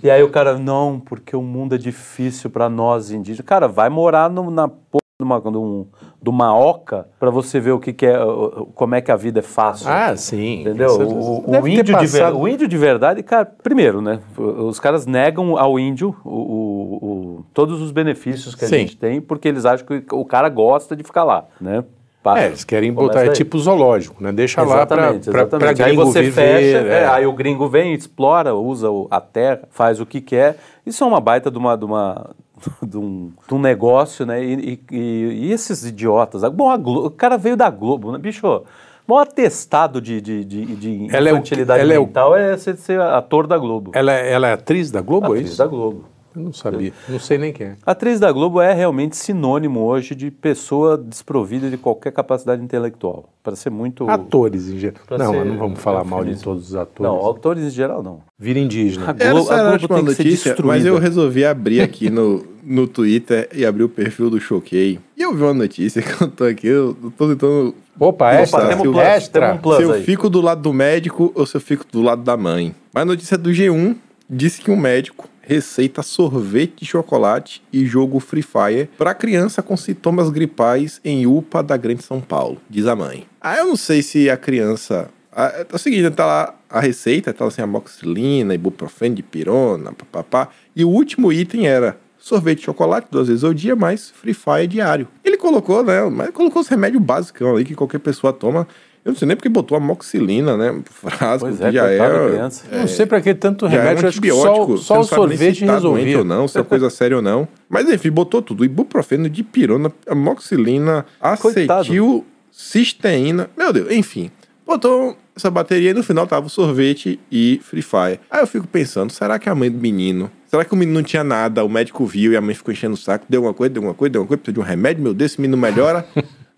Speaker 2: e aí o cara, não, porque o mundo é difícil para nós indígenas. Cara, vai morar no- na porra de uma, de um- de uma oca para você ver o que, que é, o- o- como é que a vida é fácil.
Speaker 3: Ah, sim.
Speaker 2: Entendeu?
Speaker 3: Essa-
Speaker 2: O, o
Speaker 3: deve ter
Speaker 2: índio de ver-
Speaker 3: passado-
Speaker 2: o índio de verdade, cara, primeiro, né? Os caras negam ao índio o- o- o- todos os benefícios que a
Speaker 3: Sim.
Speaker 2: gente tem, porque eles acham que o cara gosta de ficar lá, né? Pa-
Speaker 3: É, eles querem
Speaker 2: começa
Speaker 3: botar. É
Speaker 2: daí.
Speaker 3: tipo zoológico, né? Deixa
Speaker 2: Exatamente,
Speaker 3: lá para
Speaker 2: exatamente.
Speaker 3: gringo
Speaker 2: aí você
Speaker 3: viver.
Speaker 2: fecha,
Speaker 3: é.
Speaker 2: é, aí o gringo vem, explora, usa o- a terra, faz o que quer. Isso é uma baita de, uma, de, uma- (laughs) de um, de um negócio, né? E, e- e- e esses idiotas. Bom, a Glo- o cara veio da Globo, né? Bicho, o maior atestado de, de, de, de
Speaker 3: Ela é o-
Speaker 2: infantilidade
Speaker 3: ela é o-
Speaker 2: mental é, ser, ser ator da Globo.
Speaker 3: Ela, ela é atriz da Globo, é
Speaker 2: atriz
Speaker 3: isso?
Speaker 2: da Globo.
Speaker 3: Eu não sabia. Não sei nem quem é.
Speaker 2: Atriz da Globo é realmente sinônimo hoje de pessoa desprovida de qualquer capacidade intelectual. Para ser muito.
Speaker 3: Atores em geral.
Speaker 2: Pra
Speaker 3: Não,
Speaker 2: ser-
Speaker 3: mas não vamos
Speaker 2: é
Speaker 3: falar mal de
Speaker 2: eufemismo.
Speaker 3: todos os atores.
Speaker 2: Não, autores em geral não.
Speaker 3: Vira indígena.
Speaker 2: A Globo-
Speaker 1: Essa era
Speaker 2: a
Speaker 1: a
Speaker 2: Globo
Speaker 1: última
Speaker 2: tem que ser
Speaker 1: notícia, mas
Speaker 2: destruída.
Speaker 1: eu resolvi abrir aqui no, no Twitter e abrir o perfil do Choquei. E eu vi uma notícia que eu tô aqui, eu tô tentando...
Speaker 3: Opa,
Speaker 1: Nossa,
Speaker 3: extra.
Speaker 1: temos um
Speaker 2: plus,
Speaker 3: extra.
Speaker 2: temos um plus.
Speaker 1: se eu
Speaker 2: aí.
Speaker 1: fico do lado do médico ou se eu fico do lado da mãe. Mas a notícia do G1 disse que um médico receita sorvete de chocolate e jogo Free Fire pra criança com sintomas gripais em UPA da Grande São Paulo, diz a mãe. Ah, eu não sei se a criança a- É o seguinte, tá lá a receita, tá lá assim, amoxicilina, ibuprofeno, dipirona, papapá. E o último item era sorvete de chocolate duas vezes ao dia, mais Free Fire diário. Ele colocou, né, mas colocou os remédios basicão ali que qualquer pessoa toma. Eu não sei nem porque botou amoxicilina, né, frasco,
Speaker 2: Pois
Speaker 1: que
Speaker 2: é,
Speaker 1: já
Speaker 2: coitada da
Speaker 1: era...
Speaker 2: criança.
Speaker 3: Não sei pra que tanto
Speaker 1: Já
Speaker 3: remédio,
Speaker 1: era um
Speaker 3: acho que só,
Speaker 1: antibiótico.
Speaker 3: só o
Speaker 1: você não sabe nem se tá
Speaker 3: sorvete
Speaker 1: doente
Speaker 3: resolvia.
Speaker 1: ou não, se é coisa séria ou não. Mas enfim, botou tudo. Ibuprofeno, dipirona, amoxilina,
Speaker 2: Coitado.
Speaker 1: acetil, cisteína. Meu Deus, enfim. Botou essa bateria e no final tava o sorvete e Free Fire. Aí eu fico pensando, será que a mãe do menino... Será que o menino não tinha nada, o médico viu e a mãe ficou enchendo o saco, deu uma coisa, deu uma coisa, deu uma coisa, precisa de um remédio, meu Deus, esse menino melhora...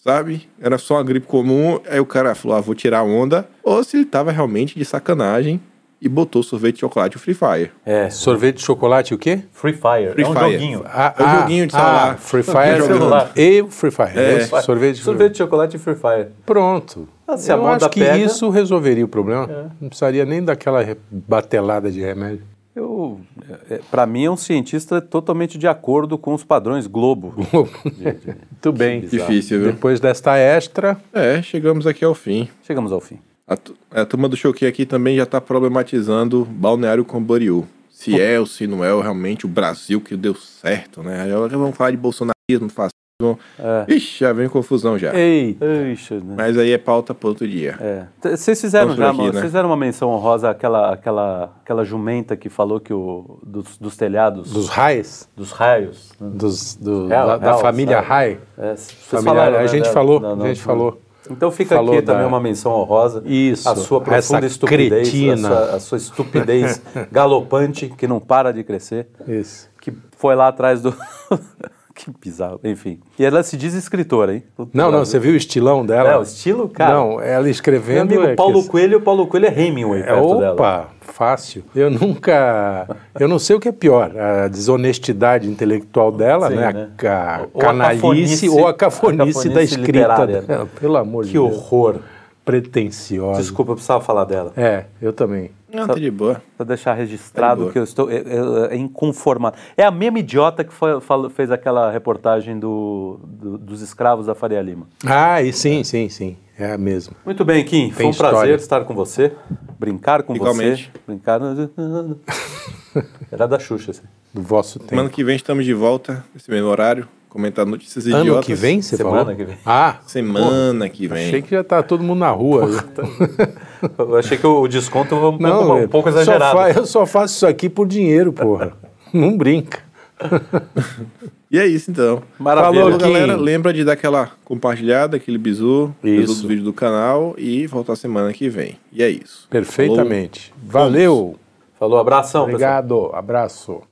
Speaker 1: Sabe? Era só uma gripe comum. Aí o cara falou: ah, vou tirar a onda. Ou se ele tava realmente de sacanagem e botou sorvete de chocolate e o Free Fire.
Speaker 2: É,
Speaker 3: Sorvete de chocolate o quê?
Speaker 2: Free Fire.
Speaker 1: Free
Speaker 2: é um
Speaker 1: Fire.
Speaker 2: joguinho.
Speaker 3: Ah,
Speaker 1: É o
Speaker 3: ah,
Speaker 1: joguinho de
Speaker 3: ah,
Speaker 1: celular. é
Speaker 3: Free
Speaker 2: Joguinho
Speaker 3: Fire
Speaker 2: de celular.
Speaker 3: e o Free Fire. É isso, sorvete. de
Speaker 2: Sorvete de chocolate e Free Fire.
Speaker 3: Pronto.
Speaker 2: Ah, se a
Speaker 3: Eu
Speaker 2: moda
Speaker 3: acho que
Speaker 2: pega- É.
Speaker 3: isso resolveria o problema. Não precisaria nem daquela re- batelada de remédio.
Speaker 2: Eu, é, para mim é um cientista totalmente de acordo com os padrões (laughs) Globo.
Speaker 3: Muito bem.
Speaker 1: Difícil, viu?
Speaker 3: Depois desta extra,
Speaker 1: É, chegamos aqui ao fim.
Speaker 2: Chegamos ao fim.
Speaker 1: A, tu- a turma do Choquei aqui também já tá problematizando Balneário Camboriú. Se é ou se não é realmente o Brasil que deu certo, né? Já vamos falar de bolsonarismo, fascismo.
Speaker 3: É.
Speaker 1: Ixi, já vem confusão já.
Speaker 2: Ei, eixa, né?
Speaker 1: Mas aí é pauta para outro dia.
Speaker 2: É. T- Vocês fizeram
Speaker 1: Vamos
Speaker 2: já
Speaker 1: por
Speaker 2: uma,
Speaker 1: aqui, né?
Speaker 2: vocês fizeram uma menção honrosa àquela, àquela, àquela jumenta que falou que o, dos, dos telhados,
Speaker 3: dos raios,
Speaker 2: dos raios. né?
Speaker 3: dos, do-
Speaker 2: Real,
Speaker 3: da, da
Speaker 2: real,
Speaker 3: família
Speaker 2: sabe?
Speaker 3: Rai.
Speaker 2: É, c- vocês
Speaker 3: Familiar,
Speaker 2: falaram,
Speaker 3: a
Speaker 2: né,
Speaker 3: gente
Speaker 2: da-
Speaker 3: falou,
Speaker 2: da-
Speaker 3: a
Speaker 2: da-
Speaker 3: gente falou.
Speaker 2: Então fica
Speaker 3: Falou
Speaker 2: aqui
Speaker 3: da-
Speaker 2: também uma menção honrosa.
Speaker 3: Isso,
Speaker 2: A sua
Speaker 3: essa
Speaker 2: profunda estupidez,
Speaker 3: cretina.
Speaker 2: a sua, a sua
Speaker 3: (laughs)
Speaker 2: estupidez galopante que não para de crescer.
Speaker 3: Isso.
Speaker 2: que foi lá atrás do. (laughs) que bizarro, enfim. E ela se diz escritora, hein? Puta
Speaker 3: Não, não,
Speaker 2: maravilha.
Speaker 3: você viu o estilão dela?
Speaker 2: É, o estilo, cara.
Speaker 3: Não, ela
Speaker 2: Meu
Speaker 3: escrevendo.
Speaker 2: amigo
Speaker 3: é que-
Speaker 2: Paulo Coelho, o Paulo Coelho é Hemingway
Speaker 3: É,
Speaker 2: perto dela.
Speaker 3: opa, fácil. Eu nunca. Eu não sei o que é pior, a desonestidade intelectual dela,
Speaker 2: Sim,
Speaker 3: né?
Speaker 2: né?
Speaker 3: A ca-
Speaker 2: Ou a cafonice-
Speaker 3: canalice ou a cafonice
Speaker 2: a
Speaker 3: da
Speaker 2: cafonice
Speaker 3: escrita
Speaker 2: literária.
Speaker 3: dela. (laughs) Pelo amor de
Speaker 2: Que
Speaker 3: Deus.
Speaker 2: horror.
Speaker 3: Pretenciosa.
Speaker 2: Desculpa, eu precisava falar dela.
Speaker 3: É, eu também.
Speaker 1: Não, tá de boa.
Speaker 2: Pra deixar registrado
Speaker 1: Boa.
Speaker 2: que eu estou é, é, é inconformado. É a mesma idiota que foi- falou- fez aquela reportagem do- do- dos escravos da Faria Lima.
Speaker 3: Ah, e sim, sim, sim. É a mesma.
Speaker 2: Muito bem, Kim. Foi um
Speaker 3: história.
Speaker 2: prazer estar com você, brincar com
Speaker 1: Igualmente.
Speaker 2: você. Brincar. (laughs) Era da Xuxa, assim.
Speaker 3: Do vosso tempo.
Speaker 1: Semana que vem estamos de volta, nesse mesmo horário, comentar notícias
Speaker 3: ano
Speaker 1: idiotas.
Speaker 3: que vem, você
Speaker 2: Semana
Speaker 3: falou?
Speaker 2: que vem.
Speaker 3: Ah,
Speaker 1: Semana que vem.
Speaker 3: achei que já tá todo mundo na rua. (laughs)
Speaker 2: Eu achei que o desconto foi um, pouco, tá um pouco
Speaker 3: eu é, só
Speaker 2: exagerado.
Speaker 3: fa- (laughs) eu só faço isso aqui por dinheiro, porra. Não brinca.
Speaker 1: E é isso então.
Speaker 2: Maravilha.
Speaker 1: Falou,
Speaker 3: Kim.
Speaker 1: galera. Lembra de dar aquela compartilhada, aquele bizu, bizu
Speaker 3: Isso.
Speaker 1: do vídeo do canal e voltar semana que vem. E é isso.
Speaker 3: Perfeitamente. Valeu.
Speaker 2: Falou, abração, pessoal.
Speaker 3: Obrigado. Abraço.